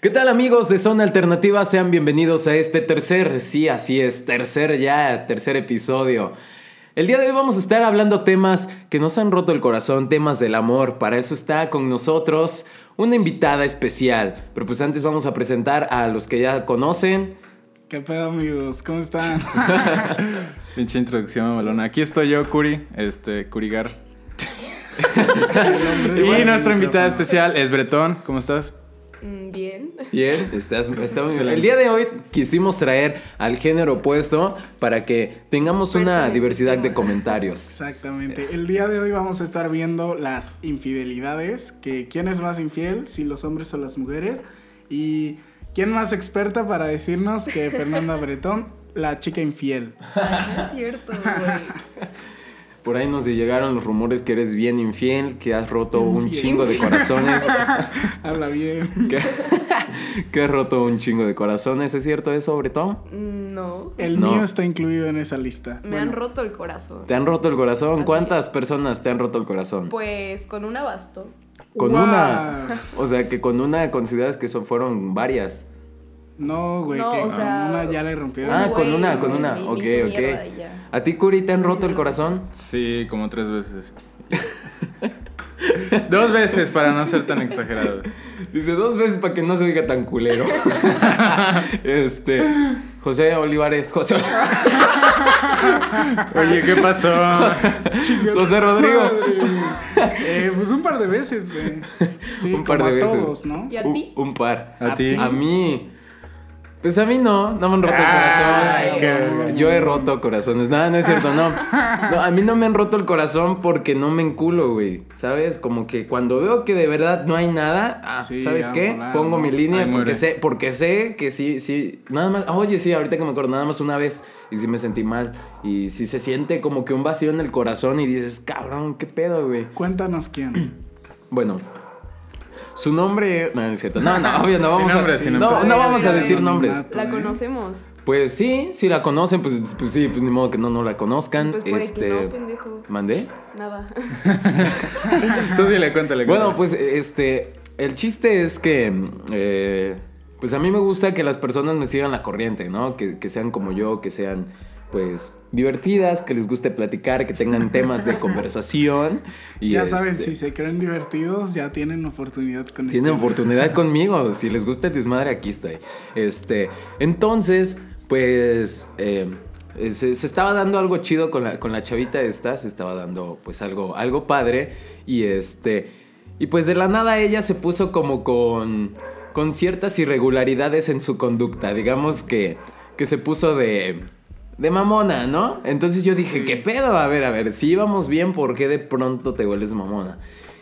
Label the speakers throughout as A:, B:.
A: ¿Qué tal amigos de Zona Alternativa? Sean bienvenidos a este tercer, sí, así es, tercer ya, tercer episodio. El día de hoy vamos a estar hablando temas que nos han roto el corazón, temas del amor. Para eso está con nosotros una invitada especial. Pero pues antes vamos a presentar a los que ya conocen.
B: ¿Qué pedo, amigos? ¿Cómo están?
C: Pinche introducción, mamalona. Aquí estoy yo, Curi, este, Curigar. y nuestra invitada especial es Bretón. ¿Cómo estás?
D: Mm, Bien.
A: Bien, estás, está muy bien. El día de hoy quisimos traer al género opuesto para que tengamos una
D: Expertamente.
A: diversidad de comentarios.
B: Exactamente. El día de hoy vamos a estar viendo las infidelidades, que quién es más infiel, si los hombres o las mujeres, y quién más experta para decirnos que Fernanda Bretón, la chica infiel.
D: No es cierto, güey.
A: Por ahí nos llegaron los rumores que eres bien infiel, que has roto un
B: Infiel.
A: chingo de corazones.
B: Habla bien.
A: que, que has roto un chingo de corazones, ¿es cierto eso, Bretón?
D: Mm, No.
B: El
A: No.
B: mío está incluido en esa lista.
D: Me
B: Eh, Bueno,
D: han roto el corazón.
A: ¿Te han roto el
D: Así
A: corazón?
D: es.
A: ¿Cuántas personas te han roto el corazón?
D: Pues con una bastó.
A: Con
B: ¡guau!
A: una. O sea, que con una consideras que son, fueron varias.
B: No, güey,
D: No,
B: que
D: o
B: con
D: sea,
B: una ya le
D: Un
B: rompieron.
A: Ah,
B: el
A: con
D: güey
A: una,
D: me-
A: con
D: me-
A: una.
D: me
A: Ok,
D: hizo
A: ok.
D: mierda y ya.
A: ¿A ti, Curi, te han roto el corazón?
C: Sí, como tres veces. Dos veces para no ser tan exagerado.
A: Dice dos veces para que no se diga tan culero. este. José Olivares, José,
C: Oye, ¿qué pasó?
B: Chingada
A: José Rodrigo.
B: madre. Eh, pues un par de veces, güey. Sí,
A: Un par
B: como
A: de
B: a
A: veces.
B: todos, ¿no?
D: ¿Y a
A: Un,
D: ti?
A: un par.
C: ¿A ti?
A: A mí. Pues a mí no, no me han roto
C: Ay,
A: el corazón.
B: qué-
A: Yo he roto corazones. Nada, no es cierto, no. No, A mí no me han roto el corazón porque no me enculo, güey. ¿Sabes? Como que cuando veo que de verdad no hay nada, ah,
B: Sí,
A: ¿sabes
B: a
A: qué?
B: volar,
A: Pongo
B: ¿no?
A: mi línea
C: Ahí
A: porque
C: muere.
A: sé, porque sé que sí, sí. Nada más. Oye, sí, ahorita que me acuerdo, nada más una vez. Y sí me sentí mal. Y sí se siente como que un vacío en el corazón y dices, cabrón, qué pedo, güey.
B: Cuéntanos quién.
A: Bueno. Su nombre. No, no es cierto. No, no, obvio, no
C: Sin
A: vamos
C: nombre,
A: a.
C: sin
A: no,
C: nombre.
A: no vamos a
D: Obvio,
A: decir
D: sin
A: nombres.
B: nombre.
D: La conocemos.
A: Pues sí, si la conocen, pues, pues sí, pues ni modo que no, no la conozcan.
D: Pues por
A: este.
D: aquí no, pendejo.
A: ¿Mandé?
D: Nada.
C: Tú dile, cuéntale.
A: Bueno,
C: cuéntale.
A: pues este. El chiste es que. eh, pues a mí me gusta que las personas me sigan la corriente, ¿no? Que, que sean como yo, que sean. Pues divertidas, que les guste platicar, que tengan temas de conversación. Y
B: ya saben,
A: este,
B: si se creen divertidos, ya tienen oportunidad con
A: Tienen
B: este.
A: oportunidad conmigo. Si les gusta el desmadre, aquí estoy. Este, entonces, pues. eh, se, se estaba dando algo chido con la, con la chavita esta. Se estaba dando, pues, algo, algo padre. Y este. Y pues de la nada ella se puso como con. con ciertas irregularidades en su conducta. Digamos que. que se puso de. De mamona, ¿no? Entonces yo dije, ¿qué pedo? A ver, a ver, si íbamos bien, ¿por qué de pronto te vuelves mamona?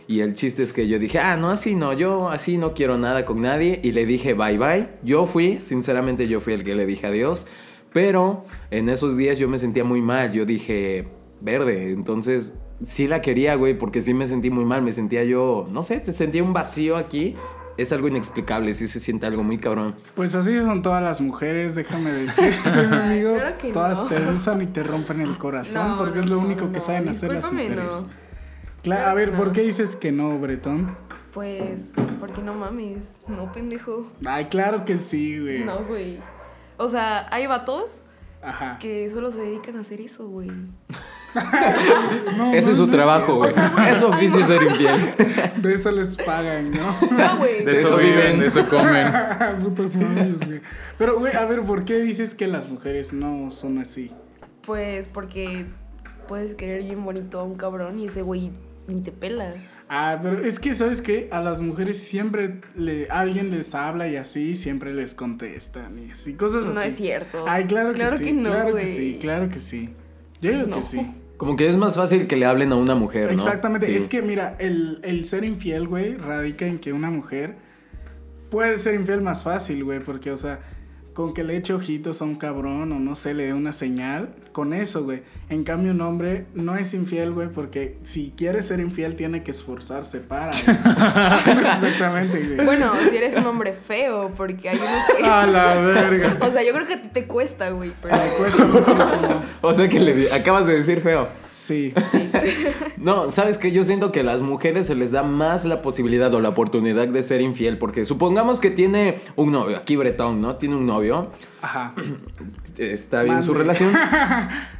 A: Y el chiste es que yo dije, ah, no, así no, yo así no quiero nada con nadie. Y le dije, bye bye. Yo fui, sinceramente yo fui el que le dije adiós. Pero en esos días yo me sentía muy mal. Yo dije, verde. Entonces sí la quería, güey, porque sí me sentí muy mal. Me sentía yo, no sé, te sentía un vacío aquí. Es algo inexplicable, sí se siente algo muy cabrón.
B: Pues así son todas las mujeres, déjame decirte, mi amigo.
D: Claro que
B: todas
D: no.
B: te usan y te rompen el corazón
D: No,
B: porque es
D: no,
B: lo
D: no,
B: único que
D: no,
B: saben hacer las
D: discúlpame,
B: mujeres.
D: no.
B: Claro, a
D: Claro que
B: ver, ¿por
D: no.
B: qué dices que no, Bretón?
D: Pues, porque no mames. No, pendejo.
B: Ay, claro que sí, güey.
D: No, güey. O sea, hay vatos
B: Ajá.
D: que solo se dedican a hacer eso, güey.
B: No,
A: Ese es su
B: no, Ah, no
A: trabajo, güey. Es su oficio ser infiel.
B: sé. De eso les pagan, ¿no?
D: No, güey.
C: de eso viven, de eso comen.
B: Putos malos, güey. Pero, güey, a ver, ¿por qué dices que las mujeres no son así?
D: Pues porque puedes querer bien bonito a un cabrón y ese güey ni te pela.
B: Ah, pero es que, ¿sabes qué? A las mujeres siempre le, alguien les habla y así, siempre les contestan y así, cosas así.
D: No es cierto.
B: Ay, claro que
D: Claro
B: sí.
D: que no,
B: claro que
D: güey.
B: sí, claro que sí. Yo digo
D: No.
B: que sí.
A: Como que es más fácil que le hablen a una mujer, ¿no?
B: Exactamente.
A: Sí.
B: Es que, mira, el, el ser infiel, güey, radica en que una mujer puede ser infiel más fácil, güey, porque, o sea, con que le eche ojitos a un cabrón o no sé, le dé una señal, con eso, güey. En cambio, un hombre no es infiel, güey, porque si quiere ser infiel, tiene que esforzarse para. güey. Exactamente, güey.
D: Bueno, si eres un hombre feo, porque hay unos que.
B: Ah,
C: A la verga.
D: O sea, yo creo que a ti te cuesta, güey, pero.
B: Me cuesta muchísimo.
A: O sea que le di- acabas de decir feo.
B: Sí.
A: No, sabes que yo siento que a las mujeres se les da más la posibilidad o la oportunidad de ser infiel, porque supongamos que tiene un novio, aquí Bretón, ¿no? Tiene un novio,
B: Ajá.
A: está bien su
B: Mande.
A: relación,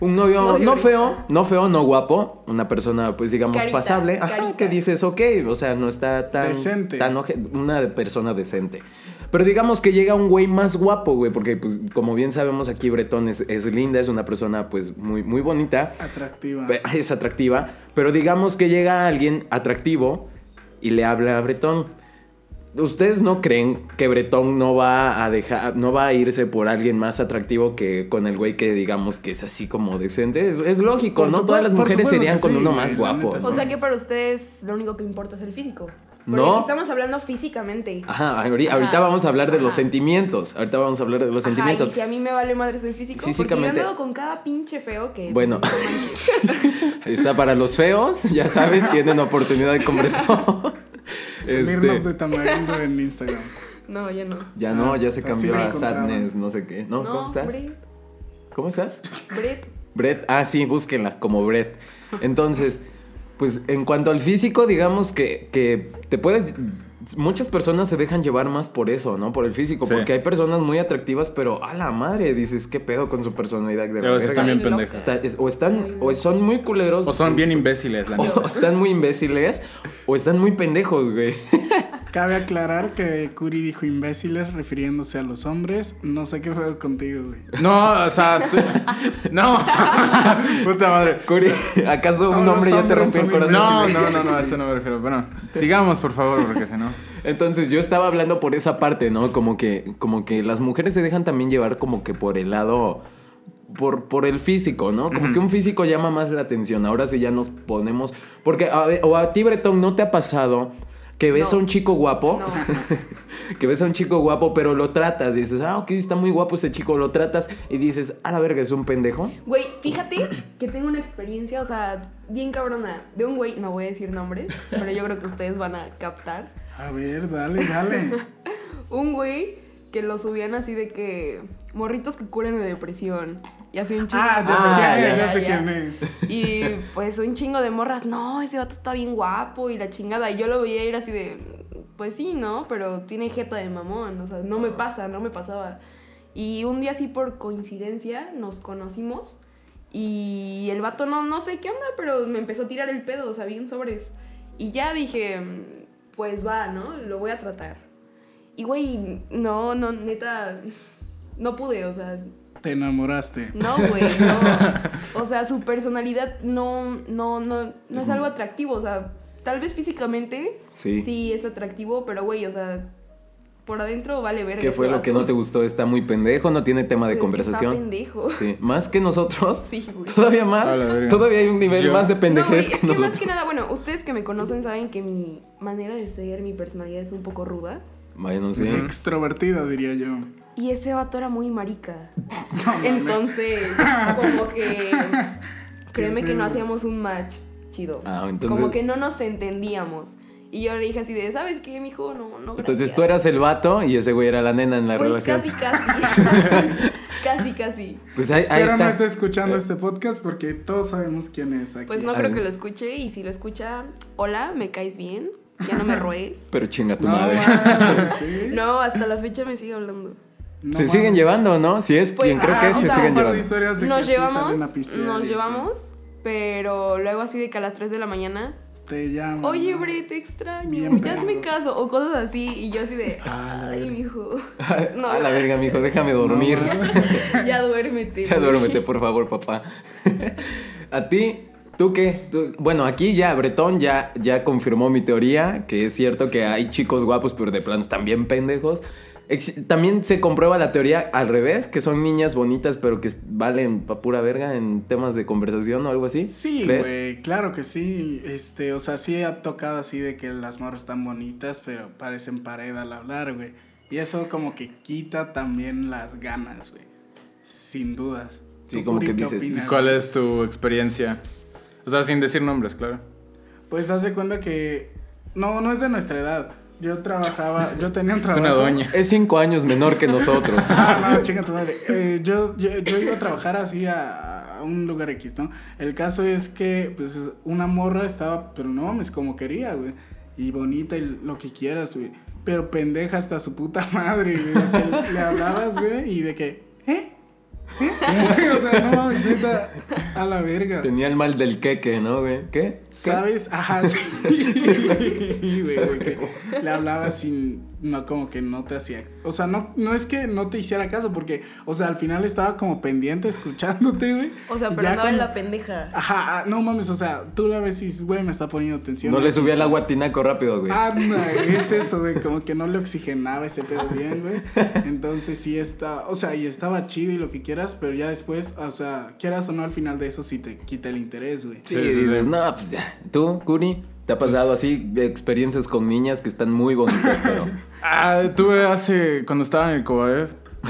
A: un novio
D: Novio
A: no
D: ahorita.
A: feo, no feo, no guapo, una persona pues digamos
D: Carita,
A: pasable, ajá,
D: carita.
A: que dices, ok, o sea, no está tan...
B: Decente.
A: tan oje- una persona decente. Pero digamos que llega un güey más guapo, güey, porque pues como bien sabemos aquí Bretón es, es linda, es una persona pues muy, muy bonita.
B: Atractiva.
A: Pe- es atractiva, pero digamos que llega alguien atractivo y le habla a Bretón. ¿Ustedes no creen que Bretón no va a dejar, no va a irse por alguien más atractivo que con el güey que digamos que es así como decente? Es, es lógico,
B: Por
A: ¿no?
B: supuesto-
A: Todas las
B: por
A: mujeres
B: supuesto
A: serían
B: que
A: con
B: sí,
A: uno
B: güey,
A: más
B: la
A: guapo.
B: neta
A: ¿no?
D: O sea que para ustedes lo único que importa es el físico. Porque
A: No. Ah,
D: aquí estamos hablando físicamente.
A: Ajá, ahori- ahorita
D: Ajá,
A: vamos a hablar de los
D: ajá.
A: sentimientos. Ahorita vamos a hablar de los
D: Ajá,
A: sentimientos.
D: y si a mí me vale madre el físico, porque yo he
A: Físicamente-
D: andado con cada pinche feo que.
A: Bueno, está para los feos, ya saben, tienen oportunidad con Bretón. Este,
B: Smirnoff de Tamarindo en Instagram.
D: No, ya no.
A: Ya no,
B: Ah,
A: ya se
B: o sea, sí
A: cambió
B: me
A: a
B: encontraron.
A: Sadness, no sé qué. ¿No? ¿Cómo estás?
D: Brett,
A: ¿Cómo estás?
D: Brett,
A: Brett. Ah, sí, búsquenla como Brett. Entonces, pues en cuanto al físico, digamos que, que te puedes... Muchas personas se dejan llevar más por eso, ¿no? Por el físico,
C: Sí.
A: porque hay personas muy atractivas, pero a la madre dices, ¿qué pedo con su personalidad de
C: Luego
A: verga?
C: están bien
D: Loco.
C: pendejos.
A: Está- es- o están, o son muy culeros.
C: O son bien imbéciles, la neta.
A: o están muy imbéciles, o están muy pendejos, güey.
B: Cabe aclarar que Curi dijo imbéciles refiriéndose a los hombres. No sé qué fue contigo, güey.
C: No, o sea, estoy... No. Puta madre.
A: Curi, ¿acaso un
B: No, los
A: hombre ya te
B: hombres
A: rompió el
B: son
A: corazón?
C: No, no, no, no, a eso no me refiero. Bueno, sigamos, por favor, porque si no.
A: Entonces yo estaba hablando por esa parte, ¿no? Como que, como que las mujeres se dejan también llevar como que por el lado, por, por el físico, ¿no? Como que un físico llama más la atención. Ahora sí ya nos ponemos, porque a, ver, o a ti Bretón no te ha pasado que ves
D: No.
A: a un chico guapo,
D: no.
A: que ves a un chico guapo, pero lo tratas y dices, ah, ok, está muy guapo este chico, lo tratas y dices, a la verga, es un pendejo.
D: Güey, fíjate que tengo una experiencia, o sea, bien cabrona, de un güey, no voy a decir nombres, pero yo creo que ustedes van a captar.
B: A ver, dale, dale.
D: Un güey que lo subían así de que morritos que curen de depresión. Y así un chingo.
B: Ah, ya sé
A: Ah,
B: quién
A: ya,
B: es, ya,
D: ya,
B: sé
D: ya.
B: quién es.
D: Y pues un chingo de morras, no, ese vato está bien guapo y la chingada. Y yo lo veía ir así de, pues sí, ¿no? Pero tiene jeta de mamón, o sea, no me pasa, no me pasaba. Y un día así por coincidencia nos conocimos y el vato no, no sé qué onda, pero me empezó a tirar el pedo, o sea, bien sobres. Y ya dije, "Mm, pues va, ¿no? Lo voy a tratar. Y güey, no, no, neta, no pude, o sea,
B: Te enamoraste.
D: no, güey, no. O sea, su personalidad no, no, no, no es algo atractivo. O sea, tal vez físicamente
A: Sí.
D: sí es atractivo, pero güey, o sea, por adentro vale verga.
A: ¿Qué fue lo que no te gustó? Está muy pendejo, no tiene tema de
D: Está
A: conversación.
D: pendejo.
A: Sí, más que nosotros.
D: Sí, güey.
A: Todavía más.
C: A la verga.
A: Todavía hay un nivel
C: Yo-
A: más de
D: No, güey,
A: pendejez
D: es
A: que
D: que más
A: nosotros.
D: que nada, bueno, ustedes que me conocen saben que mi manera de ser, mi personalidad es un poco ruda.
A: Bueno, sí.
B: Extrovertido, diría yo.
D: Y ese vato era muy marica. Entonces, como que. Créeme que no hacíamos un match chido.
A: Ah, entonces-
D: Como que no nos entendíamos. Y yo le dije así de, ¿sabes qué, mijo? No, no.
A: Entonces
D: gracias".
A: tú eras el vato y ese güey era la nena en la
D: Pues
A: relación.
D: casi, casi. casi, casi.
A: Pues ahí, ahí
B: Espero no esté
A: está.
B: escuchando este podcast porque todos sabemos quién es aquí.
D: Pues no creo que lo escuche. Y si lo escucha, hola, me caes bien. Ya no me roes.
A: Pero chinga tu
B: No,
A: madre.
B: mames, ¿sí?
D: No, hasta la fecha me sigue hablando.
B: No
A: se siguen
B: mames.
A: llevando, ¿no? Si es
D: Pues,
A: quien creo que
D: ah,
A: es,
D: o
A: se
D: sea,
A: siguen
B: un par de
A: llevando.
B: historias de que
D: Nos
B: sí
D: llevamos,
B: salen a pistear y
D: nos
B: así.
D: llevamos, pero luego así de que a las 3 de la mañana
B: Te llamo.
D: Oye, Bre, te extraño.
B: Bien,
D: ya es
B: perro.
D: mi caso. O cosas así. Y yo así de.
A: Ah,
D: Ay, mijo. No,
A: a Ah, la verga, mijo, déjame dormir.
B: No, mames.
D: ya duérmete.
A: ya
D: güey.
A: duérmete, por favor, papá. a ti, ¿tú qué? Tú- Bueno, aquí ya Bretón ya, ya confirmó mi teoría, que es cierto que hay chicos guapos, pero de planos también pendejos. Ex- También se comprueba la teoría al revés, que son niñas bonitas, pero que valen pa' pura verga en temas de conversación o algo así.
B: Sí,
A: ¿Crees?
B: güey, claro que sí. Este, o sea, sí ha tocado así de que las morras están bonitas, pero parecen pared al hablar, güey. Y eso como que quita también las ganas, güey. Sin dudas.
A: Sí,
B: ¿Tú,
A: como
B: Curi,
A: que
B: qué
A: dices,
B: opinas?
C: ¿Cuál es tu experiencia? O sea, sin decir nombres, claro.
B: Pues haz de cuenta que no, no es de nuestra edad. Yo trabajaba, yo tenía un
C: Es
B: trabajo.
C: una doña.
A: Es cinco años menor que nosotros.
B: Ah, no, chinga tu madre. Eh, yo, yo, yo iba a trabajar así a, a a un lugar X, ¿no? El caso es que, pues, una morra estaba, pero no mames, como quería, güey. Y bonita y lo que quieras, güey. Pero pendeja hasta su puta madre, güey. de que le hablabas, güey, y de que, ¿eh? ¿Eh? o sea, no mames, neta, a la verga.
A: Tenía el mal del queque, ¿no, güey? ¿Qué? ¿Qué?
B: ¿Sabes? Ajá, sí. Sí, güey, güey, que le hablaba sin. No, como que no te hacía. O sea, no, no es que no te hiciera caso, porque, o sea, al final estaba como pendiente escuchándote, güey.
D: O sea, pero
B: Ya
D: andaba en
B: cuando-
D: la pendeja.
B: Ajá, ah, no mames, o sea, tú la ves y dices, güey, me está poniendo atención.
A: No le subía el agua a Tinaco rápido, güey.
B: Ah, no, es eso, güey, como que no le oxigenaba ese pedo bien, güey. Entonces sí está, o sea, y estaba chido y lo que quieras, pero ya después, o sea, quieras o no, al final de eso sí te quita el interés, güey.
A: Sí,
C: Sí, sí, sí.
A: dices, no, pues ya. ¿Tú, Curi? ¿Te ha pasado así experiencias con niñas que están muy bonitas, pero...
C: Ah, tuve hace. Cuando estaba en el Cobae.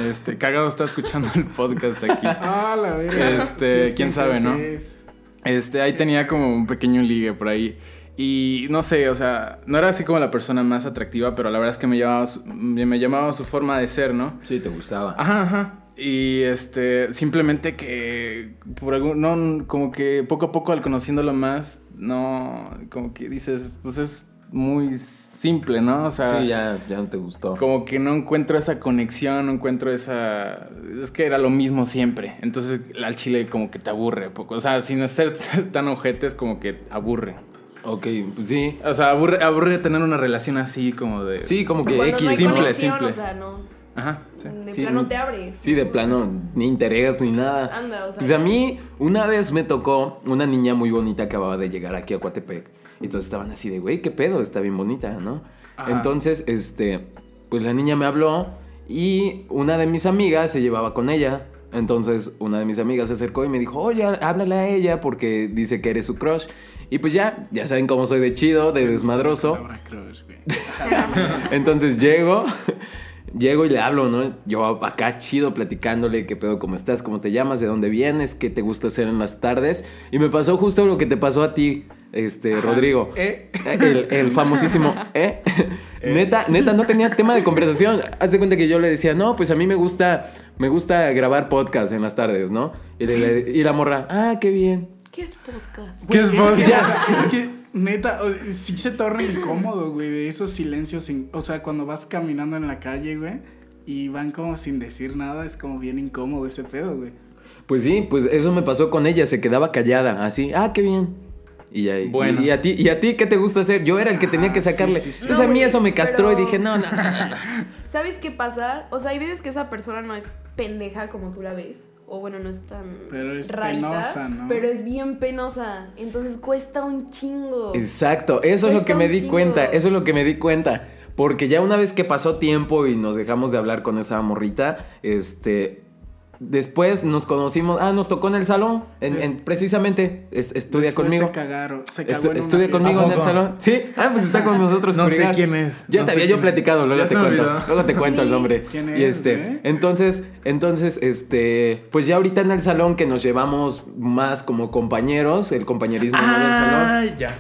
C: Este, cagado está escuchando el podcast aquí.
B: Ah, la verga.
C: Este,
B: es
C: quién
B: que
C: sabe,
B: creo
C: ¿no?
B: que es.
C: Este, ahí tenía como un pequeño ligue por ahí. Y no sé, o sea, no era así como la persona más atractiva, pero la verdad es que me llamaba su, me llamaba su forma de ser, ¿no?
A: Sí, te gustaba.
C: Ajá, ajá. Y este, simplemente que por algún, no, como que poco a poco al conociéndolo más, no, como que dices, pues es muy simple, ¿no? O sea,
A: Sí, ya, ya no te gustó.
C: como que no encuentro esa conexión, no encuentro esa... Es que era lo mismo siempre. Entonces al chile como que te aburre poco. O sea, sin ser tan ojetes como que aburre.
A: Ok, pues sí.
C: O sea, aburre, aburre tener una relación así como de...
A: Sí, como que
D: Cuando
A: X,
D: no hay
A: simple,
D: conexión,
A: simple.
D: O sea, no.
C: Ajá. sí.
D: De
A: Sí,
D: plano
A: no.
D: te abres.
A: Sí, de plano, ni interés ni nada.
D: Anda, o sea,
A: pues a mí, una vez me tocó una niña muy bonita que acababa de llegar aquí a Coatepec. Y todos estaban así de, güey, qué pedo, está bien bonita, ¿no?
B: Ajá.
A: Entonces, este, pues la niña me habló y una de mis amigas se llevaba con ella. Entonces, una de mis amigas se acercó y me dijo, oye, háblale a ella porque dice que eres su crush. Y pues ya, ya saben cómo soy de chido, de desmadroso.
B: Palabra crush, güey.
A: Entonces llego, llego y le hablo, ¿no? Yo acá chido platicándole qué pedo, cómo estás, cómo te llamas, de dónde vienes, qué te gusta hacer en las tardes. Y me pasó justo lo que te pasó a ti, este, Rodrigo.
B: Eh.
A: El, el famosísimo, ¿eh? Neta, neta, no tenía tema de conversación. Haz de cuenta que yo le decía, no, pues a mí me gusta, me gusta grabar podcast en las tardes, ¿no? Y, le- y la morra, ah, qué bien.
D: ¿Qué es podcast?
C: ¿Qué es
B: Güey, es, que,
C: podcast?
B: es que, neta, o- sí se torna incómodo, güey, de esos silencios. sin- o sea, cuando vas caminando en la calle, güey, y van como sin decir nada, es como bien incómodo ese pedo, güey.
A: Pues sí, pues eso me pasó con ella, se quedaba callada, así, ah, qué bien. Y ahí.
C: Bueno.
A: Y, y a ti, ¿y a ti qué te gusta hacer? Yo era el que tenía que
B: Ah, sí,
A: sacarle.
B: sí, sí.
A: Entonces a
D: No,
A: mí
D: güey,
A: eso me castró
D: pero-
A: y dije, no, no, no, no, no".
D: ¿Sabes qué pasa? O sea, hay veces que esa persona no es pendeja como tú la ves. O bueno, no es tan
B: Pero es
D: rarita,
B: penosa, ¿no?
D: Pero es bien penosa. Entonces cuesta un chingo.
A: Exacto, eso es lo
D: Cuesta
A: que me
D: Pues un
A: di
D: chingo.
A: cuenta, eso es lo que me di cuenta. Porque ya una vez que pasó tiempo y nos dejamos de hablar con esa morrita, este. Después nos conocimos, ah, nos tocó en el salón, en, en- precisamente, es- estudia
B: Después
A: conmigo.
B: Se cagaron, se
A: Estu-
B: cagó en una
A: estudia
B: fiesta.
A: conmigo
C: ¿A
A: en el
C: poco?
A: salón. Sí, ah, pues está con nosotros.
C: No sé
A: Curigal.
C: quién es,
A: Ya
C: no
A: te
C: sé
A: había
C: quién
A: yo
C: es.
A: platicado, luego
C: Ya
A: te
C: se me
A: cuento.
C: olvidó.
A: Luego te cuento el nombre.
B: ¿Quién
A: Y
B: es,
A: este,
B: güey?
A: entonces, entonces, este, pues ya ahorita en el salón que nos llevamos más como compañeros, el compañerismo no del salón.
C: Ah, ya.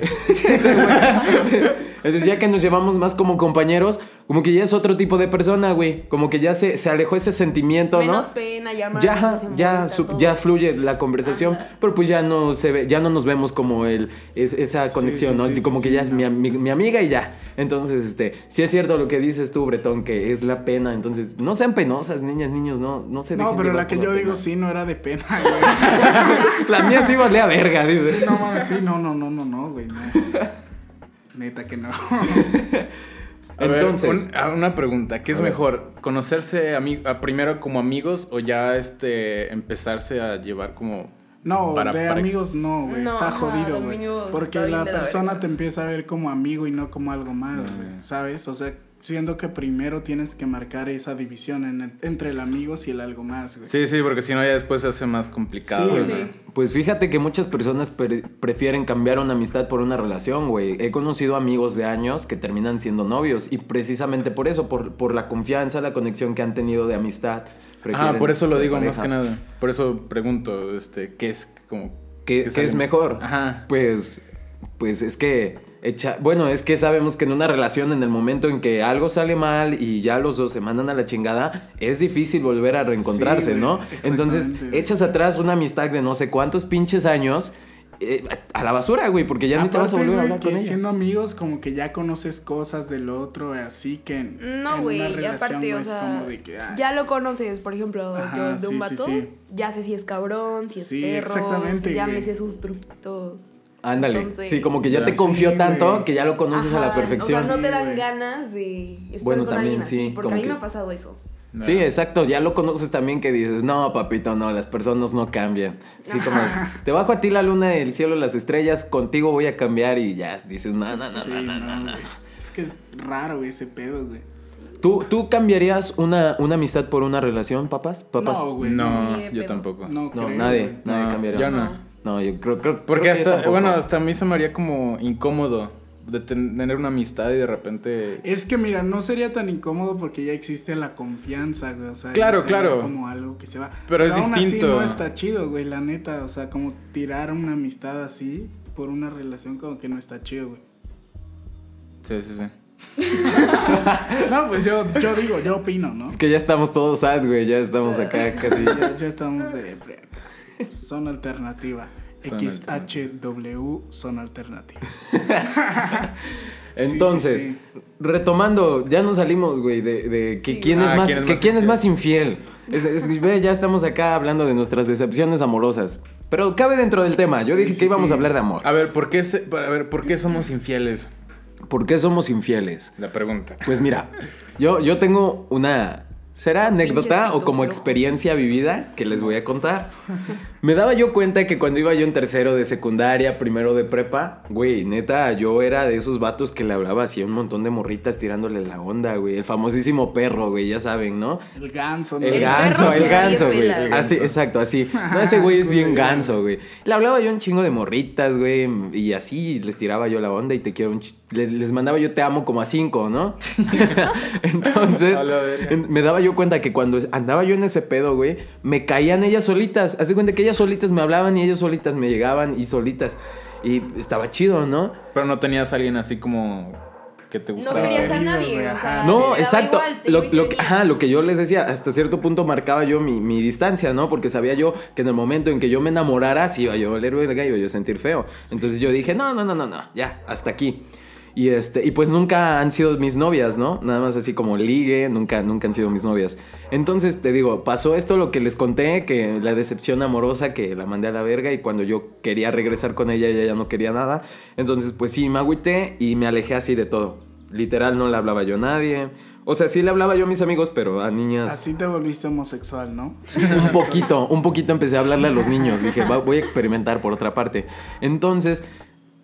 A: Entonces, ya que nos llevamos más como compañeros, como que ya es otro tipo de persona, güey. Como que ya se, se alejó ese sentimiento, ¿no?
D: Menos pena, ya más.
A: Ya,
D: se
A: ya,
D: molesta
A: su-
D: todo.
A: ya fluye la conversación,
D: Ajá.
A: pero pues ya no se ve, ya no nos vemos como el, es- esa
B: Sí,
A: conexión,
B: sí,
A: ¿no?
B: sí, sí,
A: como que
B: sí,
A: ya es
B: no.
A: mi, ami- mi amiga y ya. Entonces, este, sí es cierto lo que dices tú, Bretón, que es la pena. Entonces, no sean penosas, niñas, niños, no, no se dejen
B: No, pero
A: llevar
B: la que
A: por
B: yo
A: pena.
B: digo sí no era de pena, güey.
A: La mía sí valía verga, dice.
B: Sí, no, mames, sí, no, no, no, no, no, güey, no. Neta que no.
C: A ver,
A: Entonces,
C: un- a una pregunta, ¿qué es
A: A ver.
C: mejor? ¿Conocerse ami- a primero como amigos o ya este empezarse a llevar como
B: No,
C: Para-
B: de
C: para-
B: amigos no, güey.
D: No,
B: está
D: ajá,
B: jodido,
D: de
B: güey.
D: amigos
B: Porque
D: está bien
B: la
D: de la
B: persona
D: verga.
B: te empieza a ver como amigo y no como algo más, güey, ¿sabes? O sea, siendo que primero tienes que marcar esa división en el- entre el amigos y el algo más, güey.
C: Sí, sí, porque si no ya después se hace más complicado.
B: Sí,
C: ¿no?
A: Pues, pues fíjate que muchas personas pre- prefieren cambiar una amistad por una relación, güey. He conocido amigos de años que terminan siendo novios y precisamente por eso, por, por la confianza, la conexión que han tenido de amistad.
C: Ah,
A: prefieren
C: por eso lo
A: ser
C: digo más
A: pareja.
C: que nada. Por eso pregunto, este, ¿qué es como
A: ¿Qué,
C: qué
A: qué es
C: sale-
A: mejor?
C: Ajá.
A: Pues, pues es que echa- Bueno, es que sabemos que en una relación, en el momento en que algo sale mal y ya los dos se mandan a la chingada, es difícil volver a
B: Sí,
A: reencontrarse,
B: güey,
A: ¿no?
B: exactamente,
A: Entonces,
B: güey.
A: echas atrás una amistad de no sé cuántos pinches años eh, a a la basura, güey, porque ya ni te vas a
B: Aparte,
A: volver a
B: güey,
A: hablar
B: que
A: con ella.
B: siendo amigos como que ya conoces cosas del otro, así que en,
D: No,
B: en
D: güey,
B: una
D: y
B: relación
D: aparte,
B: no
D: o
B: es
D: sea,
B: como de que ah,
D: ya
B: es-
D: lo conoces, por ejemplo,
B: Ajá,
D: yo de
B: sí, sí,
D: un vato,
B: sí.
D: ya sé si es cabrón, si es
B: Sí,
D: perro,
B: exactamente,
D: ya me
B: güey.
D: sé sus truquitos.
A: Ándale.
D: Entonces-
A: sí, como que ya te
C: Sí,
A: confió
B: güey.
A: tanto que ya lo conoces a la
D: Ajá,
A: perfección.
D: O sea, no te dan
B: Sí, güey.
D: ganas de estar
A: Bueno,
D: con
A: también,
D: alguien así,
A: sí,
D: porque
A: como
D: a mí
A: que-
D: me ha pasado eso.
A: Sí, exacto, ya lo conoces también que dices, no, papito, no, las personas no cambian. Sí, como, te bajo a ti la luna, el cielo, las estrellas, contigo voy a cambiar y ya, dices, no, no, no,
B: Sí,
A: no, no, no,
B: no,
A: no".
B: güey. Es que es raro, güey, ese pedo, güey.
A: ¿Tú, ¿Tú cambiarías una, una amistad por una relación, papás? Papás.
B: No, güey.
C: No,
D: Ni de
C: yo
D: pedo.
C: tampoco.
B: No,
A: No,
B: creo,
A: nadie,
B: güey.
A: nadie
C: No,
A: cambiaría.
C: yo no.
A: No, yo creo, creo creo
C: Porque
A: que yo
C: hasta,
A: tampoco.
C: bueno, hasta a mí se me haría como incómodo de ten- tener una amistad y de repente...
B: Es que mira, no sería tan incómodo porque ya existe la confianza, güey. O sea,
C: Claro,
B: ya sería
C: claro.
B: Como algo que se va.
C: Pero es
B: aún Así
C: distinto.
B: no está chido, güey, la neta. O sea, como tirar una amistad así por una relación como que no está chido, güey.
C: Sí, sí, sí.
B: No, pues yo, yo digo, yo opino, ¿no?
A: Es que ya estamos todos sad, güey, ya estamos acá casi.
B: Ya, ya estamos de pre- Son alternativa.
C: Son
B: XHW son alternativa.
A: Entonces,
B: Sí,
A: retomando, ya nos salimos, güey, de, de que
D: Sí.
A: quién es
C: Ah,
A: más, que quién es más infiel. Es- es- ve, ya estamos acá hablando de nuestras decepciones amorosas. Pero cabe dentro del tema. Yo
B: Sí,
A: dije
B: sí,
A: que íbamos
B: sí. Ah.
A: a hablar de amor.
C: A ver, ¿por qué, se- a ver, ¿por qué somos infieles?
A: ¿Por qué somos infieles?
C: La pregunta.
A: Pues mira, yo, yo tengo una. ¿Será anécdota o
D: pito
A: como
D: flojo.
A: experiencia vivida que les voy a contar? Me daba yo cuenta que cuando iba yo en tercero de secundaria, primero de prepa, güey, neta, yo era de esos vatos que le hablaba así a un montón de morritas tirándole la onda, güey. El famosísimo perro, güey, ya saben, ¿no?
B: El ganso, ¿no?
A: El,
D: El
A: ganso,
D: perro
A: el
D: que
A: ganso,
D: nadie
A: güey.
D: pela. El
A: Así,
C: ganso.
A: exacto, así. No, ese güey es bien
B: Güey.
A: ganso, güey. Le hablaba yo un chingo de morritas, güey. Y así les tiraba yo la onda y te quiero un chi- le- Les, mandaba yo te amo como a cinco, ¿no? Entonces,
C: A la verga.
A: en- me daba yo cuenta que cuando andaba yo en ese pedo, güey, me caían ellas solitas. Haz de cuenta que ellas solitas me hablaban y ellas solitas me llegaban y solitas. Y estaba chido, ¿no?
C: Pero no tenías a alguien así como que te
D: No
C: gustaba.
D: querías a
B: Preferido,
D: nadie,
B: güey,
D: o sea,
B: ajá.
D: te
A: No,
D: daba
A: exacto.
D: igual, te
A: lo,
D: iba y
A: lo que,
D: venía.
A: ajá, lo que yo les decía, hasta cierto punto marcaba yo mi, mi distancia, ¿no? Porque sabía yo que en el momento en que yo me enamorara, sí iba yo a valer verga, iba yo a sentir feo. Entonces yo dije, no, no, no, no, no, ya, hasta aquí. Y, este, y pues nunca han sido mis novias, ¿no? Nada más así como ligue, nunca, nunca han sido mis novias. Entonces te digo, pasó esto lo que les conté, que la decepción amorosa que la mandé a la verga y cuando yo quería regresar con ella, ella ya no quería nada. Entonces pues sí, me agüité y me alejé así de todo. Literal, no le hablaba yo a nadie. O sea, sí le hablaba yo a mis amigos, pero a niñas.
B: Así te volviste homosexual, ¿no?
A: Un poquito, un poquito empecé a hablarle a los niños. Dije, "Va, voy a experimentar por otra parte. Entonces,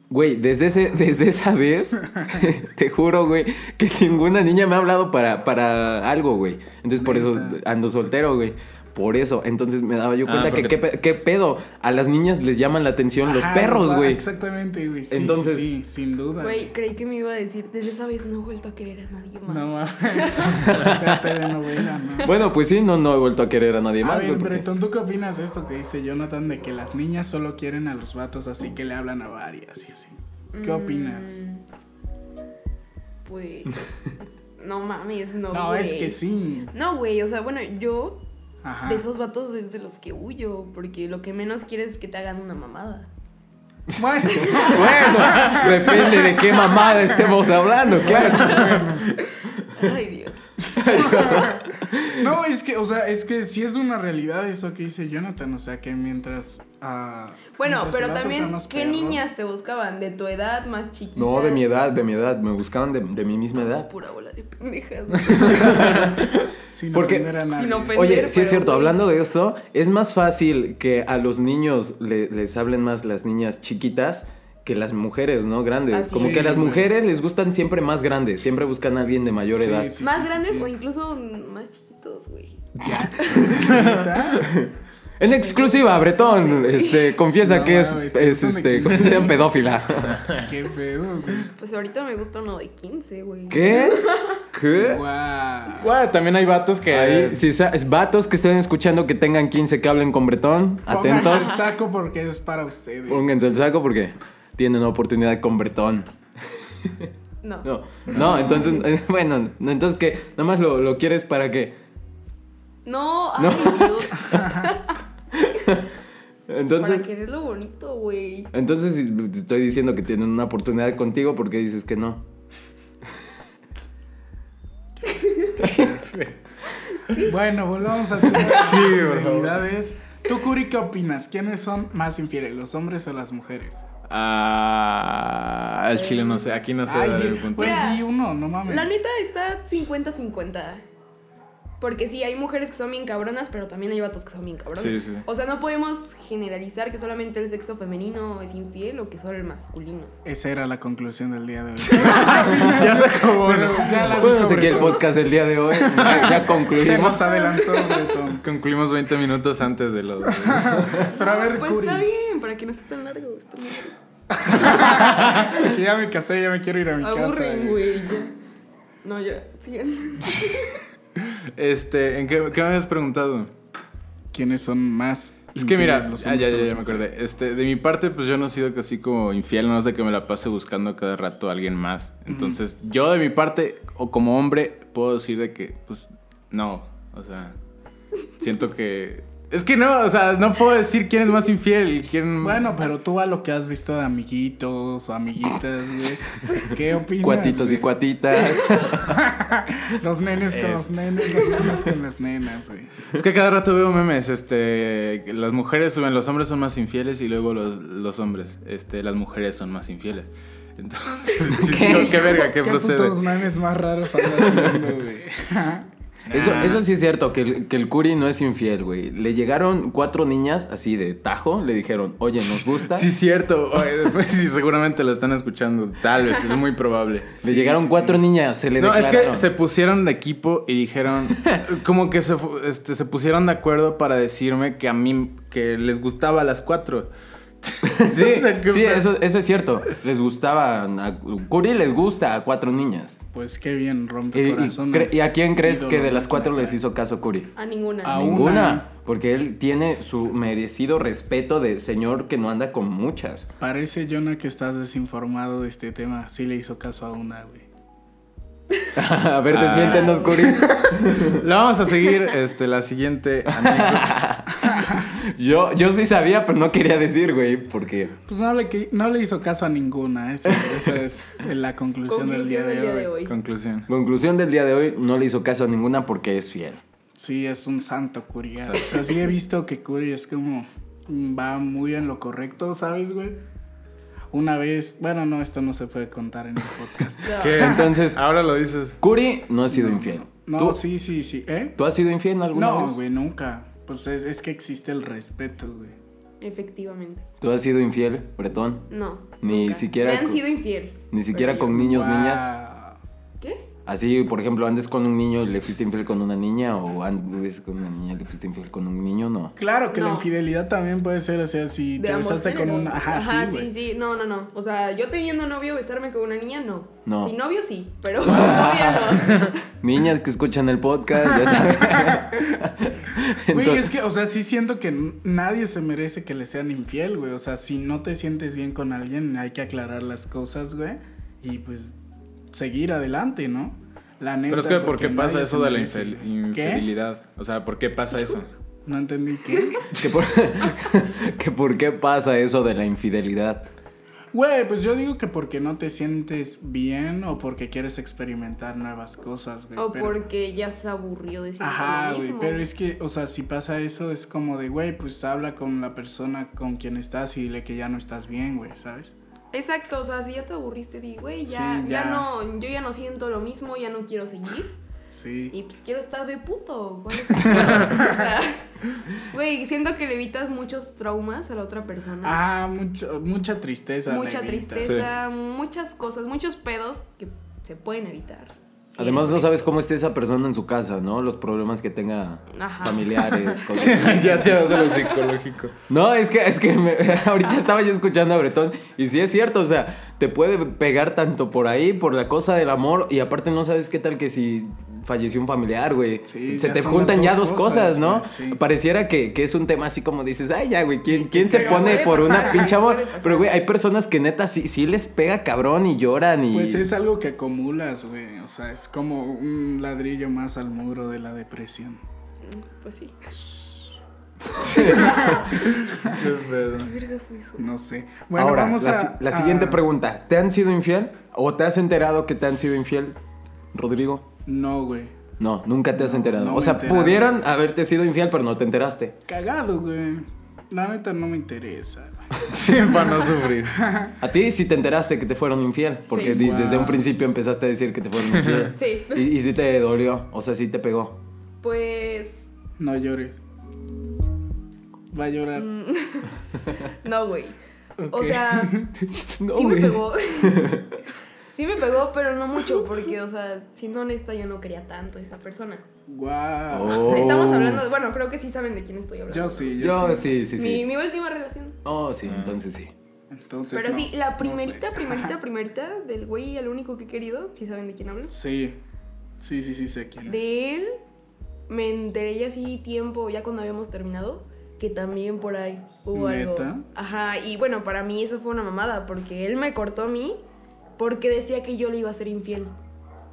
A: güey, desde, ese, desde esa vez, te juro, güey, que ninguna niña me ha hablado para, para algo, güey. Entonces, por eso
B: Neta.
A: ando soltero, güey. Por eso, entonces me daba yo
C: Ah,
A: cuenta que
C: porque-
A: qué, pe- qué pedo. A las niñas les llaman la atención los
B: Ajá,
A: perros,
B: va-
A: güey.
B: Exactamente, güey. Sí,
A: Entonces-
B: Entonces, sí, sí, sin duda.
D: Güey, creí que me iba a decir, desde esa vez no he vuelto a querer a nadie más.
B: No ah, mames. La telenovela, ¿no?
A: Bueno, pues sí, no, no he vuelto a querer a nadie
B: A
A: más,
B: ver,
A: güey, porque-
B: Bretón, ¿tú qué opinas de esto que dice Jonathan de que las niñas solo quieren a los vatos así que le hablan a varias y así? ¿Qué opinas?
D: Mm, Pues. No mames, no.
B: No, es
D: güey.
B: que sí.
D: No, güey, o sea, bueno, yo
B: Ajá.
D: de esos vatos es de los que huyo, porque lo que menos quieres es que te hagan una mamada.
B: Bueno,
A: Bueno, depende de qué mamada estemos hablando, claro.
D: Ay, Dios.
B: no, es que, o sea, es que sí es una realidad eso que dice Jonathan, o sea, que mientras... ah,
D: Bueno,
B: mientras el
D: pero
B: vato sea
D: también,
B: más
D: ¿qué
B: perro-
D: niñas te buscaban? ¿De tu edad más chiquita?
A: No, de mi edad, de mi edad. Me buscaban de, de mi misma edad.
D: Pura bola de pendejas.
B: Sin
A: Porque-
B: ofender a nadie.
D: Sin ofender.
A: Oye, sí es
D: pero,
A: cierto,
D: güey.
A: hablando de eso, es más fácil que a los niños le- les hablen más las niñas chiquitas que las mujeres, ¿no? Grandes.
D: Así
A: Como
B: es.
A: que a las
B: Sí, güey.
A: mujeres les gustan siempre más grandes, siempre buscan a alguien de mayor
B: Sí,
A: edad.
B: sí,
D: más
B: sí, sí,
D: grandes
B: sí.
D: o incluso más chiquitos, güey.
B: ¿Neta?
A: En exclusiva, Bretón, este, confiesa
B: No
A: que es,
B: mames,
A: es,
B: esto me
A: este,
B: quita.
A: consideran pedófila.
B: ¿Qué pedo, güey?
D: Pues ahorita me gusta uno de 15, güey.
A: ¿Qué?
C: ¿Eh?
A: ¿Qué?
B: Guau.
C: Guau, también hay vatos que...
A: Ahí, si sa- vatos que estén escuchando que tengan 15 que hablen con Bretón,
B: Pónganse
A: atentos.
B: el saco porque es para ustedes.
A: Pónganse el saco porque tienen oportunidad con Bretón.
D: No.
A: No, no, entonces, eh, bueno, no, entonces que nada más lo, lo quieres para que.
D: No, ay,
A: No.
D: Dios.
A: Entonces,
D: Para querer lo bonito, güey.
A: entonces si te estoy diciendo que tienen una oportunidad contigo porque dices que no.
B: Bueno, volvamos a tener
C: Sí, por favor.
B: realidades. ¿Tú, Curi, qué opinas? ¿Quiénes son más infieles, los hombres o las mujeres?
C: Ah, al chile no sé, aquí no sé
B: Ay,
C: dar
B: di-
C: el punto.
B: güey,
D: Mira,
B: di uno, no mames.
D: La neta está 50-50. Porque sí, hay mujeres que son bien cabronas, pero también hay vatos que son bien cabrones.
C: Sí, sí.
D: O sea, no podemos generalizar que solamente el sexo femenino es infiel o que solo el masculino.
B: Esa era la conclusión del día de hoy.
C: ya se acabó, ¿no?
B: ya la
A: Bueno,
B: dijo
A: sé que el
B: Bretón.
A: podcast del día de hoy ya, ya
B: Se nos
A: concluimos.
B: adelantó, Bretón.
C: Concluimos 20 minutos antes de los.
B: Pero a ver,
D: pues
B: Curi,
D: está bien, para que no esté tan largo. está muy
B: si que ya me casé, ya me quiero ir a mi
D: largo.
B: casa. eh.
D: Aburren,
B: güey.
D: güey. ya. No, ya. Sigan.
C: Este, ¿en qué, qué me habías preguntado?
B: ¿Quiénes son más
C: Es que mira,
B: infieles, los
C: ah, ya,
B: hombres
C: ya,
B: o las
C: ya me
B: mujeres?
C: acordé. Este, de mi parte, pues yo no he sido así como infiel, no sé que me la pase buscando cada rato a alguien más. Entonces, yo de mi parte, o como hombre, puedo decir de que, pues, no. O sea, siento que. Es que no, o sea, no puedo decir quién es más infiel, quién.
B: Bueno, pero tú a lo que has visto de amiguitos o amiguitas, güey. ¿Qué opinas?
A: Cuatitos y
B: güey?
A: cuatitas.
B: Los nenes con
A: este.
B: los nenes, los nenes con las nenas, güey.
C: Es que cada rato veo memes, este, que las mujeres suben, los hombres son más infieles y luego los, los hombres, este, las mujeres son más infieles. Entonces, sí, digo, qué verga, qué,
B: ¿Qué
C: procede.
B: putos memes más raros andas viendo, güey?
A: Eso,
C: Ah.
A: eso sí es cierto, que el, que el Curi no es infiel, güey. Le llegaron cuatro niñas así de tajo, le dijeron, oye, nos gusta.
C: Sí, cierto. Oye, pues, sí, seguramente lo están escuchando. Tal vez, es muy probable.
A: le llegaron cuatro niñas, se le
C: No, es
A: declararon.
C: que se pusieron de equipo y dijeron, como que se, fu- este, se pusieron de acuerdo para decirme que a mí, que les gustaba a las cuatro.
A: Sí,
C: O sea, que-
A: sí, eso, eso es cierto. Les gustaban. A Curi les gusta a cuatro niñas.
B: Pues qué bien, rompe
A: Eh, Y, y
B: corazones.
A: cre- ¿y a quién crees
B: Ídolo
A: que de las
B: con
A: cuatro
B: acá.
A: les hizo caso Curi?
D: A ninguna.
B: A
A: Ninguna.
B: una.
A: Porque él tiene su merecido respeto de señor que no anda con muchas.
B: Parece, Jonah, que estás desinformado de este tema. Sí le hizo caso a una, güey.
A: a ver,
C: Ah.
A: desmiéntenos, Curi.
C: La vamos a seguir, este, la siguiente anécdota.
A: Yo, yo sí sabía, pero no quería decir, güey, porque.
B: Pues no le, qui- no le hizo caso a ninguna. Esa, esa es la conclusión, del día, de, hoy.
C: Conclusión.
A: Conclusión del día de hoy, no le hizo caso a ninguna porque es fiel.
B: Sí, es un santo Curia. O sea, sí he visto que Curia es como. mm, Va muy en lo correcto, ¿sabes, güey? Una vez. Bueno, no, esto no se puede contar en el podcast.
D: No.
C: ¿Qué?
A: Entonces-
C: ahora lo dices.
A: Curi no ha sido infiel.
B: Ah. No,
A: ¿Tú,
B: sí, sí, sí. ¿Eh?
A: ¿Tú has sido infiel alguna
B: No,
A: vez?
B: güey, nunca. Pues es, es que existe el respeto, güey.
D: Efectivamente.
A: ¿Tú has sido infiel, Bretón?
D: No.
A: Ni
D: nunca.
A: siquiera
D: Me han
A: con-
D: sido infiel.
A: Ni siquiera
D: Pero
A: con niños,
B: Guau.
A: niñas.
D: ¿Qué?
A: Así, por ejemplo, andes con un niño y le fuiste infiel con una niña, o andes con una niña y le fuiste infiel con un niño, no.
B: Claro que la
D: No.
B: infidelidad también puede ser, o sea, si
D: De
B: te
D: ambos
B: besaste con
D: géneros.
B: una. Ajá, sí, güey.
D: sí, No, no, no. O sea, yo teniendo novio, besarme con una niña, no.
A: No.
D: Si novio, sí, pero con novia no.
A: Niñas que escuchan el podcast, ya saben.
B: Güey,
A: Entonces,
B: es que, o sea, sí siento que n- nadie se merece que le sean infiel, güey. O sea, si no te sientes bien con alguien, hay que aclarar las cosas, güey. Y pues seguir adelante, ¿no? La neta.
C: Pero es que, ¿por
B: porque
C: qué pasa
B: nadie
C: eso
B: se
C: de la
B: merece,
C: infel-
B: güey. ¿Qué?
C: infidelidad? O sea, ¿por qué pasa eso?
B: No entendí qué.
A: que por, que por qué pasa eso de la infidelidad.
B: Güey, pues yo digo que porque no te sientes bien o porque quieres experimentar nuevas cosas, güey.
D: O
B: pero-
D: porque ya se aburrió de siempre
B: Ajá,
D: lo
B: güey,
D: mismo.
B: pero es que, o sea, si pasa eso es como de, güey, pues habla con la persona con quien estás y dile que ya no estás bien, güey, ¿sabes?
D: Exacto, o sea, si ya te aburriste, di, güey, ya,
B: Sí,
D: ya.
B: ya.
D: no, yo ya no siento lo mismo, ya no quiero seguir.
B: Sí.
D: Y pues quiero estar de puto. ¿cuál es el problema? O sea, Güey, siento que le evitas muchos traumas a la otra persona.
B: Ah, mucho, mucha tristeza.
D: mucha
B: le evitas.
D: tristeza, muchas cosas, muchos pedos que se pueden evitar.
A: Además, no
D: Sí,
A: sabes cómo esté esa persona en su casa, ¿no? Los problemas que tenga
D: Ajá.
A: familiares, cosas así.
C: ya se vas a lo psicológico.
A: No, es que, es que me- ahorita estaba yo escuchando a Bretón y sí es cierto, o sea, te puede pegar tanto por ahí, por la cosa del amor y aparte no sabes qué tal que si falleció un familiar, güey.
B: Sí,
A: se
B: ya
A: te
B: son
A: juntan
B: las
A: ya dos
B: dos
A: cosas,
B: cosas,
A: ¿no?
B: güey, sí.
A: Pareciera que, que es un tema así como dices, ay, ya, güey, ¿quién, quién se
B: pega,
A: pone
D: puede
A: por una
D: pasar,
A: pinche amor?
D: puede pasar.
A: Pero, güey, hay personas que neta sí, sí les pega cabrón y lloran y...
B: Pues es algo que acumulas, güey. O sea, es como un ladrillo más al muro de la depresión.
D: Pues sí.
C: Qué
D: Verga fue eso.
B: No sé. Bueno,
A: Ahora,
B: vamos
A: la,
B: a.
A: si- la
B: a-
A: siguiente pregunta. ¿Te han sido infiel? ¿O te has enterado que te han sido infiel, Rodrigo?
B: No, güey.
A: No, nunca te has enterado.
B: no
A: o
B: me he
A: sea,
B: enterado.
A: pudieron haberte sido infiel, pero no te enteraste.
B: Cagado, güey. La neta no me interesa. güey.
C: Para no sufrir.
A: A ti sí te enteraste que te fueron infiel, porque
D: Sí.
A: di-
B: Wow.
A: desde un principio empezaste a decir que te fueron infiel.
D: Sí.
A: Y, y sí te dolió, o sea, sí te pegó.
D: Pues.
B: No llores. Va a llorar.
D: Mm. No, güey. O
B: Ok.
D: sea,
A: No,
D: sí me
A: güey.
D: pegó. sí me pegó, pero no mucho, porque, o sea, siendo honesta, yo no quería tanto a esa persona.
B: Guau.
A: Oh.
D: Estamos hablando, de- bueno, creo que sí saben de quién estoy hablando.
B: Yo sí, yo,
A: Yo
B: sí.
A: sí, sí, sí.
D: Mi, mi última relación.
A: Oh, sí, entonces sí.
B: Entonces.
D: Pero
B: no,
D: sí, la
B: no
D: primerita,
B: sé.
D: primerita, primerita del güey, el único que he querido, si saben de quién hablo.
B: Sí. Sí, sí, sí, sé quién. es.
D: De él me enteré ya así tiempo, ya cuando habíamos terminado, que también por ahí hubo
B: ¿Neta?
D: algo. Ajá, y bueno, para mí eso fue una mamada, porque él me cortó a mí porque decía que yo le iba a ser infiel.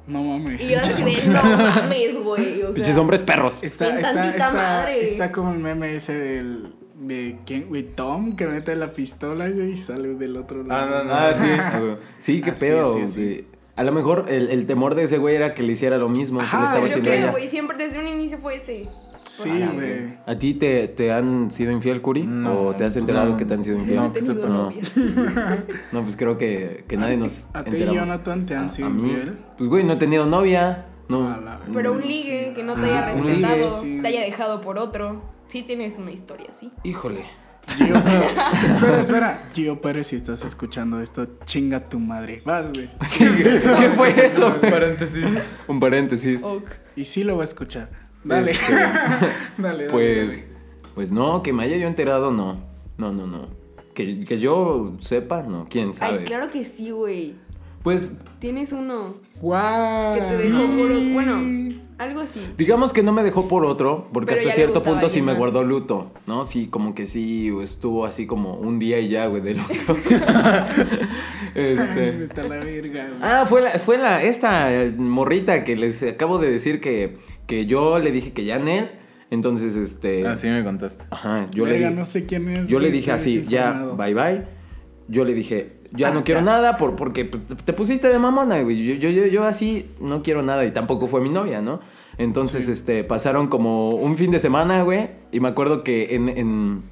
B: No mames.
D: Y yo así de, no mames, güey. O sea,
A: Pinches hombres perros.
B: Está,
D: Con
B: está,
D: tantita
B: está,
D: madre.
B: está como el meme ese del. De quién, güey, Tom, que mete la pistola, güey, y sale del otro lado.
C: no, no.
A: Ah, sí. Ah, güey. Sí, qué
B: Así,
A: pedo.
B: así, así.
A: güey. A lo mejor el, el temor de ese güey era que le hiciera lo mismo que
B: Ajá,
A: le estaba
D: Yo
A: haciendo
D: creo,
A: ella.
D: güey, siempre desde un inicio fue ese.
B: Sí,
D: Ah,
B: güey.
A: ¿A ti te, te han sido infiel, Curi?
C: No,
A: ¿O te has
C: pues
A: enterado
C: no.
A: que te han sido
C: No,
A: infiel?
D: No he
C: que
D: tenido
C: sepa.
A: No.
D: novia.
A: No, pues creo que, que nadie nos
B: A ti,
A: enteramos.
B: Jonathan, te han sido
A: a mí.
B: infiel.
A: Pues güey, no he tenido novia. No.
B: A la-
D: Pero
A: Mm.
D: un ligue que no te
A: Ah,
D: haya
A: un ligue,
D: respetado,
B: sí.
D: te haya dejado por otro. Sí tienes una historia así.
A: Híjole.
B: Gio Pérez- espera, espera. Gio Pérez, si estás escuchando esto, chinga tu madre. Vas, güey.
A: ¿Qué fue eso?
C: Paréntesis.
A: Un paréntesis.
D: Oh,
B: Y sí lo va a escuchar. Dale.
A: Este,
B: dale, dale,
A: Pues, pues no, que me haya yo enterado, no. No, no, no. Que, que yo sepa, no. ¿Quién sabe?
D: Ay, claro que sí, güey.
A: Pues
D: Tienes uno
B: dale. Guau.
D: que te dejó por otro. Bueno, algo así.
A: Digamos que no me dejó por otro, porque
D: Pero
A: hasta
D: ya le
A: cierto
D: gustaba
A: punto sí
D: alguien
A: me
D: más.
A: guardó luto, ¿no? Sí, como que sí estuvo así como un día y ya, güey, del otro.
B: Ay,
A: este.
B: vete a la verga, güey.
A: Ah, fue la, fue la, esta eh, morrita que les acabo de decir que, que yo le dije que ya Nel, entonces este.
C: Así me contaste.
A: Ajá, yo
B: Ah, Verga,
A: le di-
B: no sé quién es.
A: yo le
B: güey,
A: dije
B: estoy
A: así, ya,
B: desinformado.
A: bye bye. Yo le dije, ya
B: Ah,
A: no quiero
B: ya.
A: nada por, porque te te pusiste de mamona, güey. Yo, yo, yo, yo así no quiero nada y tampoco fue mi novia, ¿no? Entonces, este, pasaron como un fin de semana, güey. Y me acuerdo que en... en,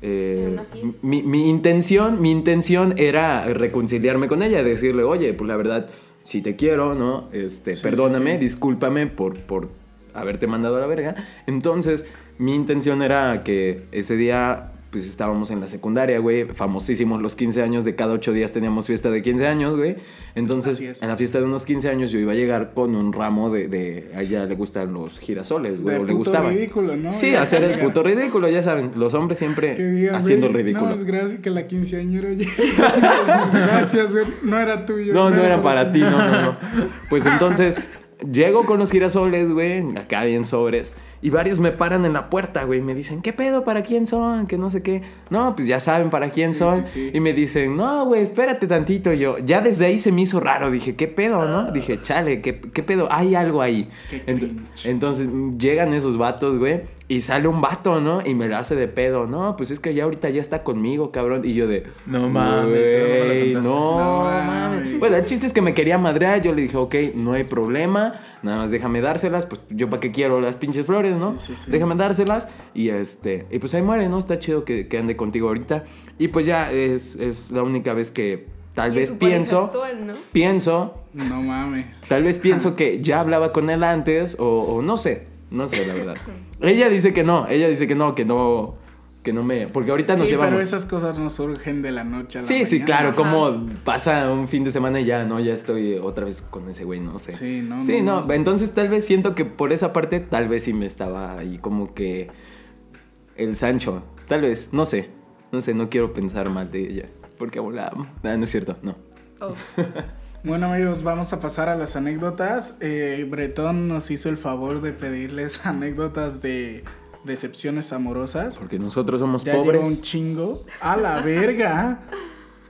A: eh,
D: En una fiesta.
A: mi, mi intención, mi intención era reconciliarme con ella, decirle, oye, pues la verdad, si te quiero, ¿no? Este,
B: Sí,
A: perdóname,
B: sí, sí.
A: discúlpame por, por haberte mandado a la verga. Entonces, mi intención era que ese día, pues estábamos en la secundaria, güey, famosísimos los 15 años, de cada 8 días teníamos fiesta de 15 años, güey. Entonces,
B: Así es.
A: en la fiesta de unos 15 años yo iba a llegar con un ramo de, de a ella le gustan los girasoles, güey,
B: De
A: o le
B: puto
A: gustaban.
B: ridículo, ¿no?
A: Sí,
B: Ya,
A: hacer el
B: verga.
A: puto ridículo, ya saben, los hombres siempre
B: Que digan,
A: Eh, haciendo el
B: güey,
A: ridículo.
B: No, es gracias que la quinceañera llegue. Gracias, güey. No era tuyo.
A: No, no era para ti, no, no, no. Pues entonces, llego con los girasoles, güey, acá bien sobres, y varios me paran en la puerta, güey, y me dicen, ¿qué pedo? ¿Para quién son? Que no sé qué. No, pues ya saben para quién
B: Sí,
A: son.
B: sí, sí.
A: Y me dicen, no, güey, espérate tantito. Y yo, ya desde ahí se me hizo raro, dije, ¿qué pedo, no? Dije, chale, ¿qué, qué pedo? Hay algo ahí.
B: Qué
A: Ent-
B: cringe.
A: entonces mm, llegan esos vatos, güey, y sale un vato, ¿no? Y me lo hace de pedo. No, pues es que ya ahorita ya está conmigo, cabrón. Y yo de,
C: No mames, eso no me lo
A: güey,
C: contaste.
A: no no,
B: No
A: mames.
B: mames.
A: Bueno, el chiste es que me quería madrear. Yo le dije, ok, no hay problema. Nada más déjame dárselas. Pues yo para qué quiero las pinches flores, ¿no?
B: Sí, sí, sí.
A: Déjame dárselas. Y este. Y pues ahí muere, ¿no? Está chido que, que ande contigo ahorita. Y pues ya es, es la única vez que tal
D: Y
A: vez
D: su pareja
A: pienso.
D: actual, ¿no?
A: Pienso.
B: No mames.
A: Tal vez pienso que ya hablaba con él antes. O, o no sé. No sé, la verdad. ella dice que no. Ella dice que no, que no. Que no me. Porque ahorita nos
B: Sí,
A: llevamos.
B: pero esas cosas no surgen de la noche a la
A: Sí, sí,
B: mañana.
A: claro, como pasa un fin de semana y ya, ¿no? Ya estoy otra vez con ese güey, no sé.
B: Sí, no,
A: Sí,
B: no,
A: no, entonces tal vez siento que por esa parte tal vez sí me estaba ahí como que el Sancho, tal vez, no sé, Ah, no sé, no quiero pensar mal de ella, porque abuela, no, no es cierto, no.
D: Oh.
B: Bueno amigos, vamos a pasar a las anécdotas. Eh, Bretón nos hizo el favor de pedirles anécdotas de decepciones amorosas.
A: Porque nosotros somos
B: Ya
A: pobres.
B: lleva un chingo. A la verga.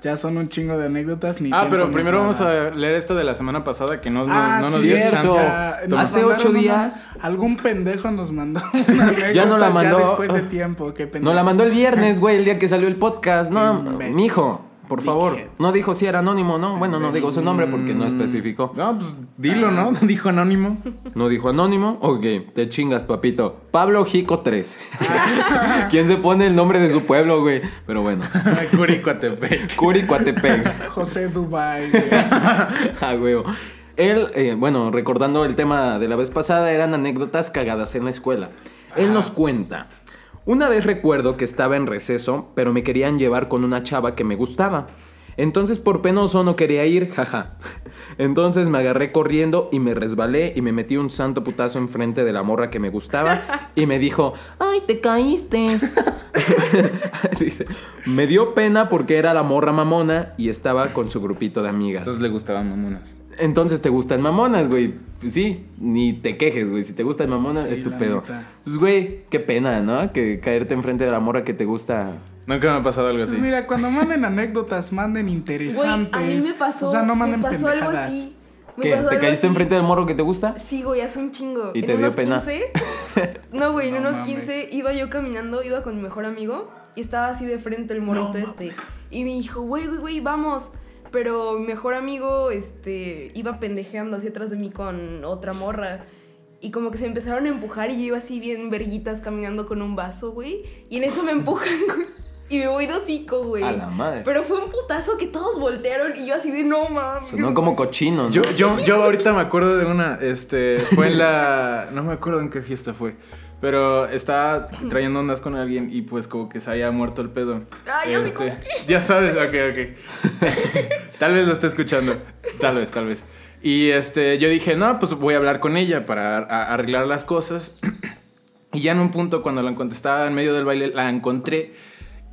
B: Ya son un chingo de anécdotas. Ni
C: Ah,
B: tiempo
C: pero
B: nos
C: primero
B: da.
C: vamos a leer esta de la semana pasada que no, no-
B: Ah,
C: no nos dio
A: cierto.
B: cierto.
C: chance.
A: Toma. Hace ocho días-
B: algún pendejo nos mandó. una
A: Ya no la
B: anécdota
A: mandó.
B: después de tiempo, qué pendejo.
A: Nos la mandó el viernes, güey, el día que salió el podcast. No,
B: Imbécil.
A: mijo, por favor.
B: Dickhead. Mm,
A: No dijo si era anónimo, ¿no? Bueno, no digo su nombre porque no especificó.
C: No, pues dilo, ¿no?
B: Ah.
C: Dijo anónimo.
A: No dijo anónimo. Ok, te chingas, papito. Pablo Jico 3. ¿Quién se pone el nombre de su pueblo, güey? Pero bueno.
C: Curicuatepec.
A: Curicuatepec.
B: José Dubai. güey.
A: Ah, güey. Él, eh, bueno, recordando el tema de la vez pasada, eran anécdotas cagadas en la escuela. Él nos cuenta. Una vez recuerdo que estaba en receso, pero me querían llevar con una chava que me gustaba. Entonces por penoso no quería ir, jaja. Entonces me agarré corriendo y me resbalé y me metí un santo putazo enfrente de la morra que me gustaba y me dijo, ay, te caíste. Dice, me dio pena porque era la morra mamona y estaba con su grupito de amigas.
C: Entonces le gustaban mamonas.
A: Entonces te gustan mamonas, güey. Pues sí, ni te quejes, güey. Si te gustan mamonas,
B: Sí,
A: es tu
B: la
A: pedo.
B: neta.
A: Pues, güey, qué pena, ¿no? Que caerte enfrente de la morra que te gusta.
C: Nunca me ha pasado algo así.
B: Pues mira, cuando manden anécdotas, manden
D: Güey,
B: interesantes.
D: a mí me pasó.
B: O sea, no manden
D: me pasó algo
B: pendejadas.
D: así. Me
A: ¿Qué? ¿Te
D: pasó algo
A: caíste
D: así.
A: enfrente del morro que te gusta?
D: Sí, güey, hace un chingo.
A: ¿Y
D: En
A: te dio
D: unos
A: pena?
D: 15, no, güey, en
B: No
D: unos
B: mames.
D: 15 iba yo caminando, iba con mi mejor amigo y estaba así de frente el morrito este. Y me dijo, güey, güey, güey, vamos. Pero mi mejor amigo este, iba pendejeando hacia atrás de mí con otra morra. Y como que se empezaron a empujar y yo iba así bien verguitas caminando con un vaso, güey. Y en eso me empujan, güey. Y me voy de hocico, güey.
A: A la madre.
D: Pero fue un putazo que todos voltearon y yo así de no mames.
A: Sonó como cochino, ¿no?
C: Yo, yo, yo ahorita me acuerdo de una, este, fue en la, no me acuerdo en qué fiesta fue, pero estaba trayendo ondas con alguien y pues como que se había muerto el pedo. Este,
D: Ah, ya sé cómo
C: ya sabes, ok, ok. tal vez lo esté escuchando, tal vez, tal vez. Y este, yo dije, no, pues voy a hablar con ella para a- arreglar las cosas. Y ya en un punto, cuando la contestaba en medio del baile, la encontré.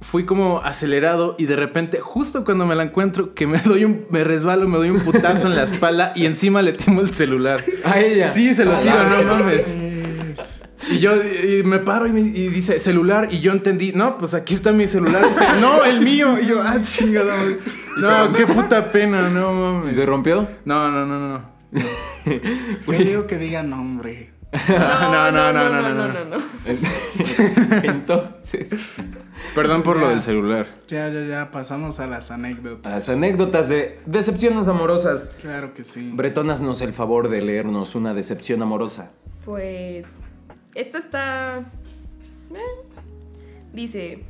C: Fui como acelerado y de repente, justo cuando me la encuentro, que me doy un, me resbalo, me doy un putazo en la espalda y encima le timo el celular.
A: A ella.
C: Sí, se lo
A: A la
C: tiro, no
A: verga.
C: mames. Y yo y me paro y, me- y dice celular y yo entendí, no, pues aquí está mi celular. Dice, no, el mío. Y yo, ah, chingada. madre". No, qué puta pena, no
A: ¿Y
C: mames.
A: se rompió?
C: No, no, no, no, no.
B: Yo digo que digan nombre.
C: No, no, no, no, no, no.
A: Entonces.
C: Perdón por lo
B: Ya.
C: del celular.
B: Ya, ya, ya, pasamos a las anécdotas.
A: Las anécdotas de decepciones amorosas.
B: Claro que sí.
A: Bretón, haznos el favor de leernos una decepción amorosa.
D: Pues. Esta está. eh. Dice.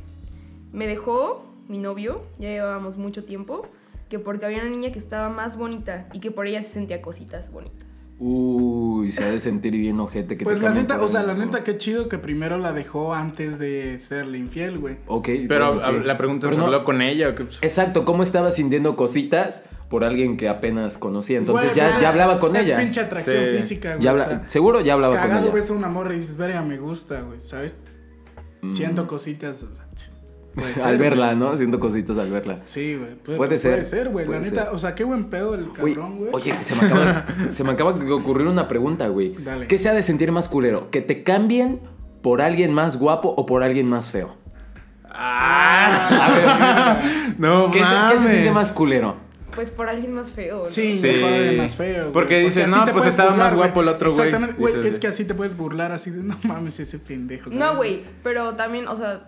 D: Me dejó mi novio, ya llevábamos mucho tiempo, que porque había una niña que estaba más bonita y que por ella se sentía cositas bonitas.
A: Uy, se ha de sentir bien ojete que
B: Pues
A: te
B: la
A: cambien
B: neta,
A: por
B: o sea,
A: un-
B: la neta, qué chido que primero la dejó antes de serle infiel, güey.
A: Ok.
C: Pero
A: bueno,
C: a-
A: pues, sí.
C: la pregunta es,
A: Pero no-
C: ¿habló con ella o qué? pasó?
A: Exacto, cómo estaba sintiendo cositas por alguien que apenas conocía. Entonces
B: Güey,
A: ya,
B: pues,
A: ya hablaba con
B: es
A: ella.
B: pinche atracción
C: Sí.
B: física, güey.
A: Ya
B: o
A: habla-
B: sea,
A: seguro ya hablaba con
B: cagado
A: ella.
B: ves a una morra y dices, verga, me gusta, güey, ¿sabes?
A: Mm.
B: Siento cositas. Puede
A: al
B: ser,
A: verla,
B: güey.
A: ¿no? Siento cositas al verla.
B: Sí, güey. Puede,
A: Puede
B: pues,
A: ser,
B: Puede ser, güey. La
A: puede
B: neta,
A: ser.
B: o sea, qué buen pedo el
A: Güey,
B: cabrón, güey.
A: oye, se me, acaba, se me acaba de ocurrir una pregunta, güey.
B: Dale.
A: ¿Qué se ha de sentir más culero? ¿Que te cambien por alguien más guapo o por alguien más feo?
C: Ah,
A: A
C: no
A: ver, ¿qué, se, qué se
C: mames.
A: siente más culero?
D: Pues por alguien más feo. ¿no?
B: Sí,
C: Sí.
B: mejor de más feo. güey,
C: Porque dices,
B: así
C: no,
B: te
C: pues
B: puedes
C: estaba más
B: güey.
C: guapo el otro güey.
B: Exactamente, güey.
C: Dices,
B: Es que así te puedes burlar, así de, no mames, ese pendejo. ¿sabes?
D: No, güey, pero también, o sea, tú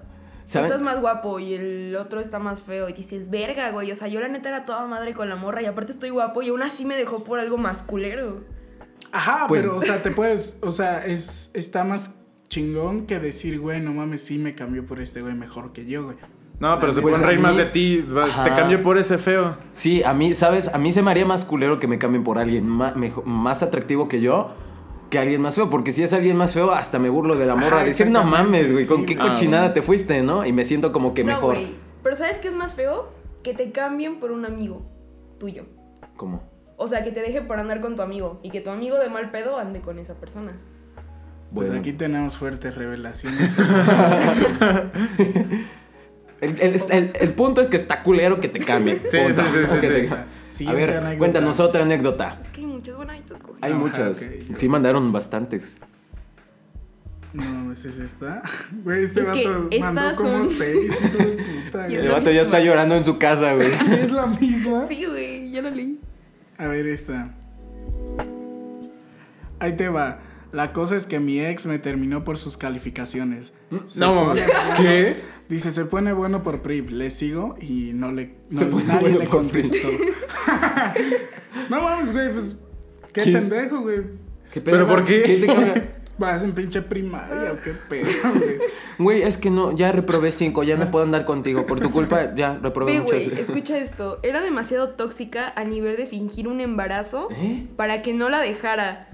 A: ¿Saben?
D: estás más guapo y el otro está más feo y dices, verga, güey, o sea, yo la neta era toda madre con la morra y aparte estoy guapo y aún así me dejó por algo más culero.
B: Ajá,
A: Pues-
B: pero, o sea, te puedes. O sea, es, está más chingón que decir, güey, no mames, sí me cambió por este güey mejor que yo, güey.
C: No, pero se
A: Pues
C: pueden
A: a
C: reír más
A: mí-
C: de ti. vas, Te
A: Ajá.
C: cambio por ese feo.
A: Sí, a mí, ¿sabes? A mí se me haría más culero que me cambien por alguien ma- mejo- más atractivo que yo que alguien más feo. Porque si es alguien más feo, hasta me burlo de la morra.
B: Ajá,
A: decir, no
B: exactamente,
A: mames, güey,
B: sí,
A: con qué
B: güey.
A: cochinada
C: Ah.
A: te fuiste, ¿no? Y me siento como que
D: no,
A: mejor.
D: güey, pero ¿sabes qué es más feo? Que te cambien por un amigo tuyo.
A: ¿Cómo?
D: O sea, que te deje por andar con tu amigo y que tu amigo de mal pedo ande con esa persona.
B: Pues
A: Bueno,
B: aquí tenemos fuertes revelaciones.
A: el, el- el- el punto es que está culero que te cambien.
C: Sí,
A: Punto.
C: sí, sí, sí,
A: O que
C: sí.
A: te-
B: güey.
A: A
B: Siguiente
A: ver,
B: anécdota.
A: cuéntanos otra anécdota.
D: Es que hay muchos buenaditos cogidos.
A: Hay
C: Ah,
B: Ajá,
A: muchas.
B: ok.
A: Sí mandaron bastantes.
B: No, ese es esta. Güey, este
D: Es que
B: vato mandó
D: estas
B: como
D: son-
B: seis, hijo de puta.
D: Y
B: güey.
A: El vato ya está llorando en su casa, güey.
B: ¿Es la misma?
D: Sí, güey, ya lo leí.
B: A ver, esta. Ahí te va. La cosa es que mi ex me terminó por sus calificaciones. Se
C: Mm, No, mames.
B: pone-
C: ¿Qué?
B: Dice, se pone bueno por PRIP. Le sigo y no le. no-
A: Se pone
B: nadie
A: bueno
B: le
A: por
B: contestó. no mames, güey, pues. Qué
C: ¿Quién?
B: pendejo, güey.
A: ¿Qué
C: ¿Pero por qué?
A: te cambia?
B: Vas en pinche primaria o qué pedo, güey.
A: Güey, es que no, ya reprobé cinco, ya no puedo andar contigo. Por tu culpa, ya reprobé
D: Ve,
A: muchas.
D: güey, escucha esto. Era demasiado tóxica a nivel de fingir un embarazo
A: ¿Eh?
D: para que no la dejara.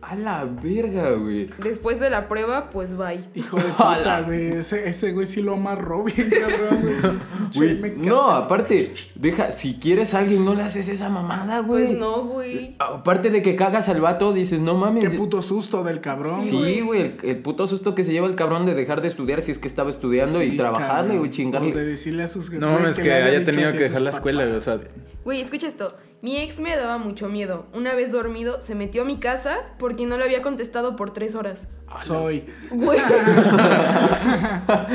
A: A la verga, güey.
D: Después de la prueba, pues bye.
B: Hijo de
A: Ojalá.
B: puta, güey. Ese, ese güey sí lo amarró bien, cabrón. güey. Ese pinche
A: Güey,
B: me
A: no,
B: encanta.
A: aparte, deja, si quieres a alguien, no le haces esa mamada, güey.
D: Pues no, güey.
A: Aparte de que cagas al vato, dices, no mames.
B: Qué puto susto del cabrón, güey.
A: Sí, güey, el, el puto susto que se lleva el cabrón de dejar de estudiar si es que estaba estudiando y
B: Sí,
A: trabajarle,
B: cabrón.
A: güey,
B: O de
A: chingarle.
B: decirle a sus
C: No
B: güey,
C: mames, que
B: le
C: haya
B: dicho
C: tenido
B: así
C: que
B: a
C: dejar
B: sus
C: la escuela,
B: papás.
C: güey, o sea.
D: Güey, escucha esto. Mi ex me daba mucho miedo. Una vez dormido, se metió a mi casa porque no le había contestado por tres horas.
B: Ah, Soy.
D: Güey.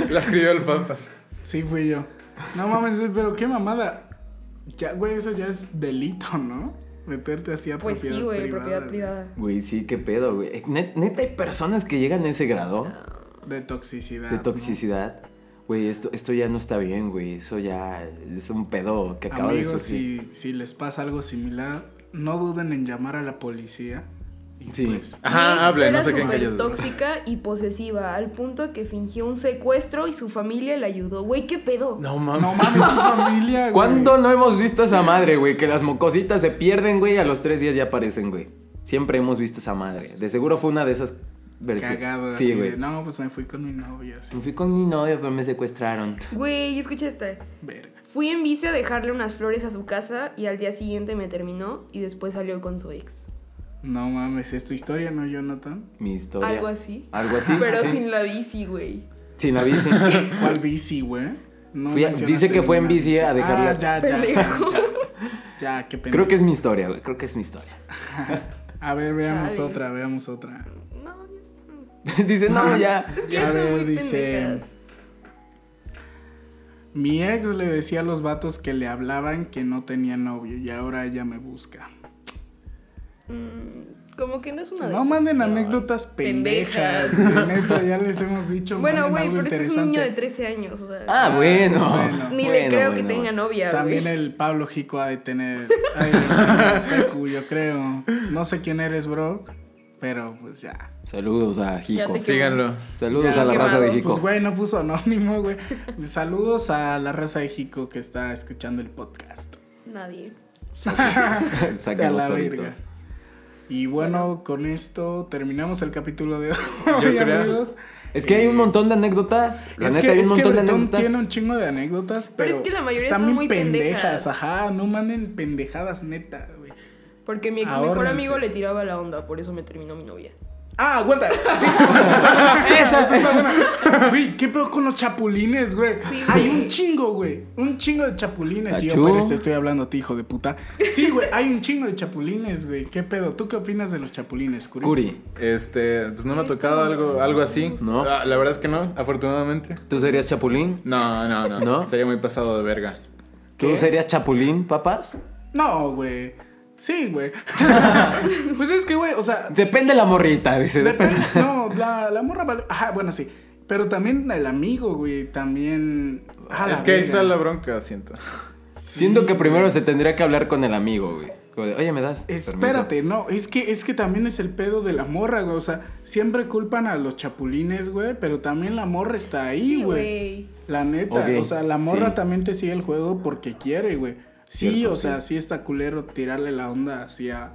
C: La escribió el Papas.
B: Sí, fui yo. No mames, güey, pero qué mamada. Ya, güey, eso ya es delito, ¿no? Meterte así a
D: Pues
B: propiedad
D: sí, güey,
B: privada,
D: propiedad
B: güey.
D: privada.
A: Güey, sí, qué pedo, güey. Ne- Neta, hay personas que llegan a ese grado
D: Ah.
B: De toxicidad.
A: de
B: ¿no?
A: toxicidad. Güey, esto, esto ya no está bien, güey. Eso ya es un pedo que acaba de
B: Amigos,
A: suceder.
B: si, si les pasa algo similar, no duden en llamar a la policía. Y
A: Sí.
B: pues,
D: Mi
C: Ajá,
D: ex
C: hable, no
D: era
C: se queden
D: súper
C: callados.
D: tóxica y posesiva, al punto que fingió un secuestro y su familia le ayudó. Güey, qué pedo.
C: Ah,
B: no
C: No mames.
B: mames, su familia, güey.
A: ¿Cuándo no hemos visto esa madre, güey? Que las mocositas se pierden, güey, y a los tres días ya aparecen, güey. Siempre hemos visto esa madre. De seguro fue una de esas versiones.
B: Cagado, así
A: Sí,
B: de,
A: güey.
B: No, pues me fui con mi novio, así.
A: Me fui con mi novia, pero me secuestraron.
D: Güey, escucha esta.
B: Verga.
D: Fui en bici a dejarle unas flores a su casa y al día siguiente me terminó y después salió con su ex.
B: No mames, es tu historia, ¿no, Jonathan?
A: Mi historia.
D: Algo así.
A: Algo así.
D: Pero
A: ¿Ah, sí.
D: sin la bici, güey.
A: Sin la bici.
B: ¿Cuál bici, güey? No
A: Fui a-
B: mencionaste
A: dice que fue en
B: ninguna
A: bici a dejarla.
B: Ah, ya, ya, ya,
D: Pendejo.
B: ya. Ya, qué pendejo.
A: Creo que es mi historia, güey. Creo que es mi historia.
B: A ver, veamos
D: Chale.
B: otra, veamos otra.
D: No,
A: Dice, no, ya.
D: es que
B: A
D: ya son
B: ver,
D: muy
B: dice-
D: pendejas.
B: Mi ex le decía a los vatos que le hablaban que no tenía novio y ahora ella me busca.
D: Mm, como que no es una de
B: No
D: esas.
B: manden anécdotas pendejas.
D: Pendejas.
B: güey, neta, ya les hemos dicho.
D: Bueno,
B: manden
D: güey,
B: algo
D: pero este es un niño de
B: interesante.
D: 13 años, o sea.
A: Ah, bueno.
B: bueno.
D: ni le
A: Bueno,
D: creo que
A: bueno,
D: tenga
A: bueno.
D: novia,
B: También
D: güey.
B: el Pablo Jico ha de tener. ha de tener secu, yo creo. No sé quién eres, bro. Pero pues ya.
A: Saludos a
D: Ya
A: Jico.
D: te
C: Síganlo.
A: Saludos
D: Ya,
A: a la
D: quemado.
A: raza de
B: Pues
A: Jico.
B: güey, no puso anónimo, güey. Saludos a la raza de Jico que está escuchando el podcast.
D: Nadie.
B: A
A: Saquen los
B: la verga.
A: toritos.
B: Y bueno, con esto terminamos el capítulo de hoy,
C: creo.
B: amigos.
A: Es que hay un montón de anécdotas. La
B: es
A: neta,
B: que,
A: hay un
B: es que
A: montón de
B: Bretón
A: anécdotas.
B: tiene un chingo de anécdotas, pero,
D: es que la mayoría
B: están
D: están
B: bien
D: muy
B: pendejas.
D: pendejas.
B: Ajá, no manden pendejadas, neta, güey.
D: Porque mi ex mejor
B: Ahórrense.
D: amigo le tiraba la onda, por eso me terminó mi novia.
B: Ah, aguanta. Sí, esa, esa está buena. Güey, ¿qué pedo con los chapulines, güey?
D: Sí,
B: hay
D: güey.
B: un chingo, güey. Un chingo de chapulines. Tío
A: Achú.
B: Pérez, te estoy hablando a ti, hijo de puta. Sí, güey, hay un chingo de chapulines, güey. ¿Qué pedo? ¿Tú qué opinas de los chapulines, Curi?
A: Curi,
C: Este, pues no me ha tocado algo, algo así.
A: No.
C: Ah, la verdad es que no, afortunadamente.
A: ¿tú serías chapulín?
C: No, no, no.
A: ¿No?
C: Sería muy pasado de verga.
A: ¿Tú serías chapulín, papás?
B: No, güey. Sí, güey. pues es que, güey, o sea,
A: Depende la morrita, dice. Depende.
B: Depende- No, la, la morra vale. Ajá, bueno, sí. Pero también el amigo, güey. También. Ajá, la
C: es que ahí
B: verga.
C: está la bronca, siento.
A: Siento que primero se tendría que hablar con el amigo, güey. Como de, Oye, ¿me das? permiso?"
B: Espérate, no, es que, es que también es el pedo de la morra, güey. O sea, siempre culpan a los chapulines, güey, pero también la morra está ahí,
D: Sí,
B: güey.
D: güey.
B: La neta,
A: Ok,
B: o sea, la morra
A: sí.
B: también te sigue el juego porque quiere, güey. Sí,
A: Cierto,
B: o
A: sí.
B: sea, sí está culero tirarle la onda hacia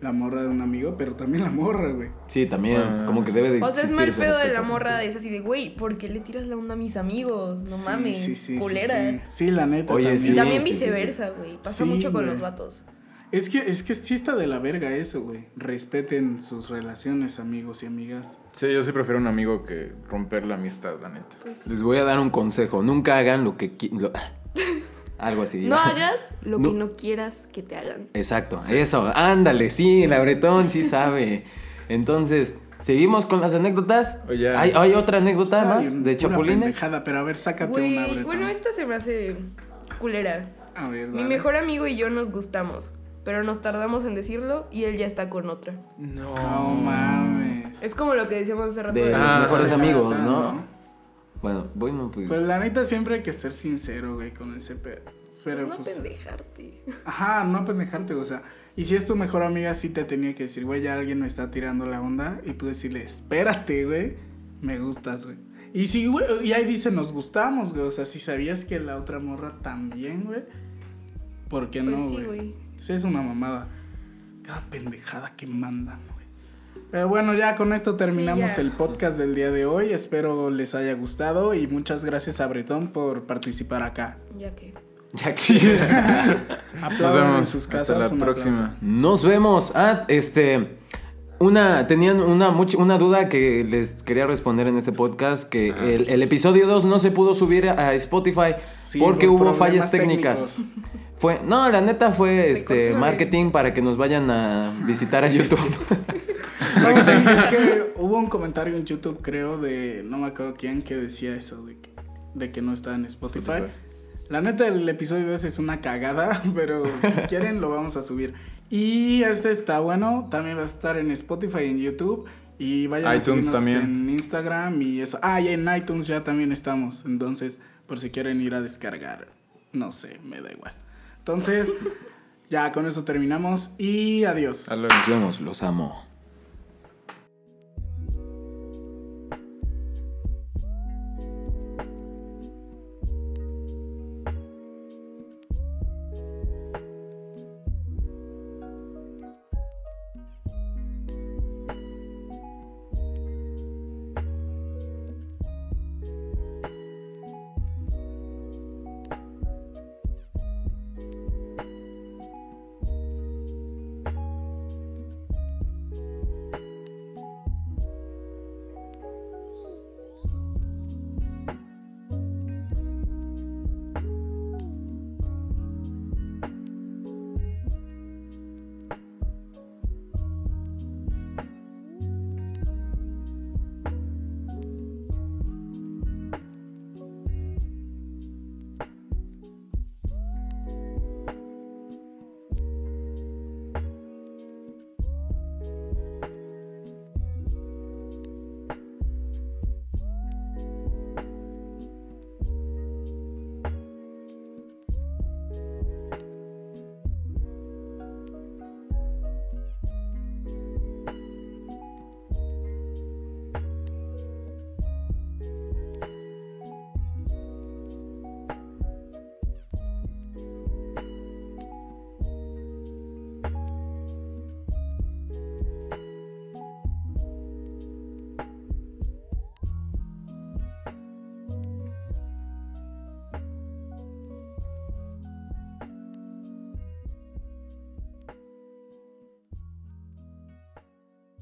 B: la morra de un amigo, pero también la morra, güey.
A: Sí, también.
B: Ah.
C: Bueno,
A: como que debe de
D: O sea, es
A: existir
D: mal
A: ese
D: pedo de la
A: respeto.
D: morra, es así de, güey, ¿por qué le tiras la onda a mis amigos? No
B: Sí,
D: mames,
B: sí, sí, sí,
D: culera.
B: Sí, Sí, la neta.
A: Oye,
D: Y
A: Sí,
D: también
A: sí, sí, sí.
D: viceversa, güey. Pasa
B: Sí,
D: mucho con
B: güey.
D: los vatos.
B: Es que, es que sí está de la verga eso, güey. Respeten sus relaciones, amigos y amigas.
C: Sí, yo sí prefiero un amigo que romper la amistad, la neta.
A: Les voy a dar un consejo. Nunca hagan lo que... qui- lo- Algo así.
D: No hagas lo
A: No.
D: que no quieras que te hagan.
A: Exacto, eso, ándale, sí, el abretón sí sabe. Entonces, seguimos con las anécdotas.
C: Oye.
A: ¿Hay, hay otra anécdota
B: Sabe,
A: más de
B: pura
A: chapulines?
B: pendejada, pero a ver, sácate
D: Güey,
B: una breta.
D: bueno, esta se me hace culera.
B: a ver,
D: Mi
B: dale.
D: mejor amigo y yo nos gustamos, pero nos tardamos en decirlo y él ya está con otra.
C: No.
B: No mames.
D: Es como lo que decíamos hace rato.
A: De
D: de-
A: los
C: Ah,
A: mejores
B: ah,
A: amigos,
B: ah,
A: ¿no?
B: ¿no?
A: Bueno, bueno, pues.
B: Pues la neta siempre hay que ser sincero, güey, con ese pedo. Pero
D: no
B: pues,
D: pendejarte.
B: Ajá, no pendejarte, o sea. Y si es tu mejor amiga, sí te tenía que decir, güey, ya alguien me está tirando la onda. Y tú decirle, espérate, güey, me gustas, güey. Y si, güey, y ahí dice, nos gustamos, güey. O sea, si sabías que la otra morra también, güey, ¿por qué
D: Pues
B: no,
D: sí,
B: güey?
D: güey.
B: Sí, es una mamada. Cada pendejada que mandan, güey. Pero bueno, ya con esto terminamos
D: ya.
B: el podcast del día de hoy. Espero les haya gustado y muchas gracias a Bretón por participar acá.
D: Ya que.
A: Ya que-
C: Nos
B: Aplaudan en
C: vemos.
B: sus casas.
C: Hasta la
B: un aplauso.
C: próxima.
A: Nos vemos. Ah, este. Una, tenían una, much- una duda que les quería responder en este podcast, que el, el episodio 2 no se pudo subir a, a Spotify
B: Sí,
A: porque
B: por
A: hubo
B: problemas
A: fallas técnicas. Fue, no, la neta fue este
D: cortaron.
A: marketing para que nos vayan a visitar a YouTube.
B: No, sí, es que hubo un comentario en YouTube, creo, de no me acuerdo quién, que decía eso, de que, de que no está en Spotify.
C: Spotify.
B: La neta, el episodio de ese es una cagada, pero si quieren lo vamos a subir. Y este está bueno, también va a estar en Spotify y en YouTube. Y vayan a
C: iTunes
B: seguirnos
C: también.
B: en Instagram y eso. Ah, y en iTunes ya también estamos. Entonces, por si quieren ir a descargar, no sé, me da igual. Entonces, ya con eso terminamos y adiós.
C: Hasta luego.
A: Nos vemos, los amo.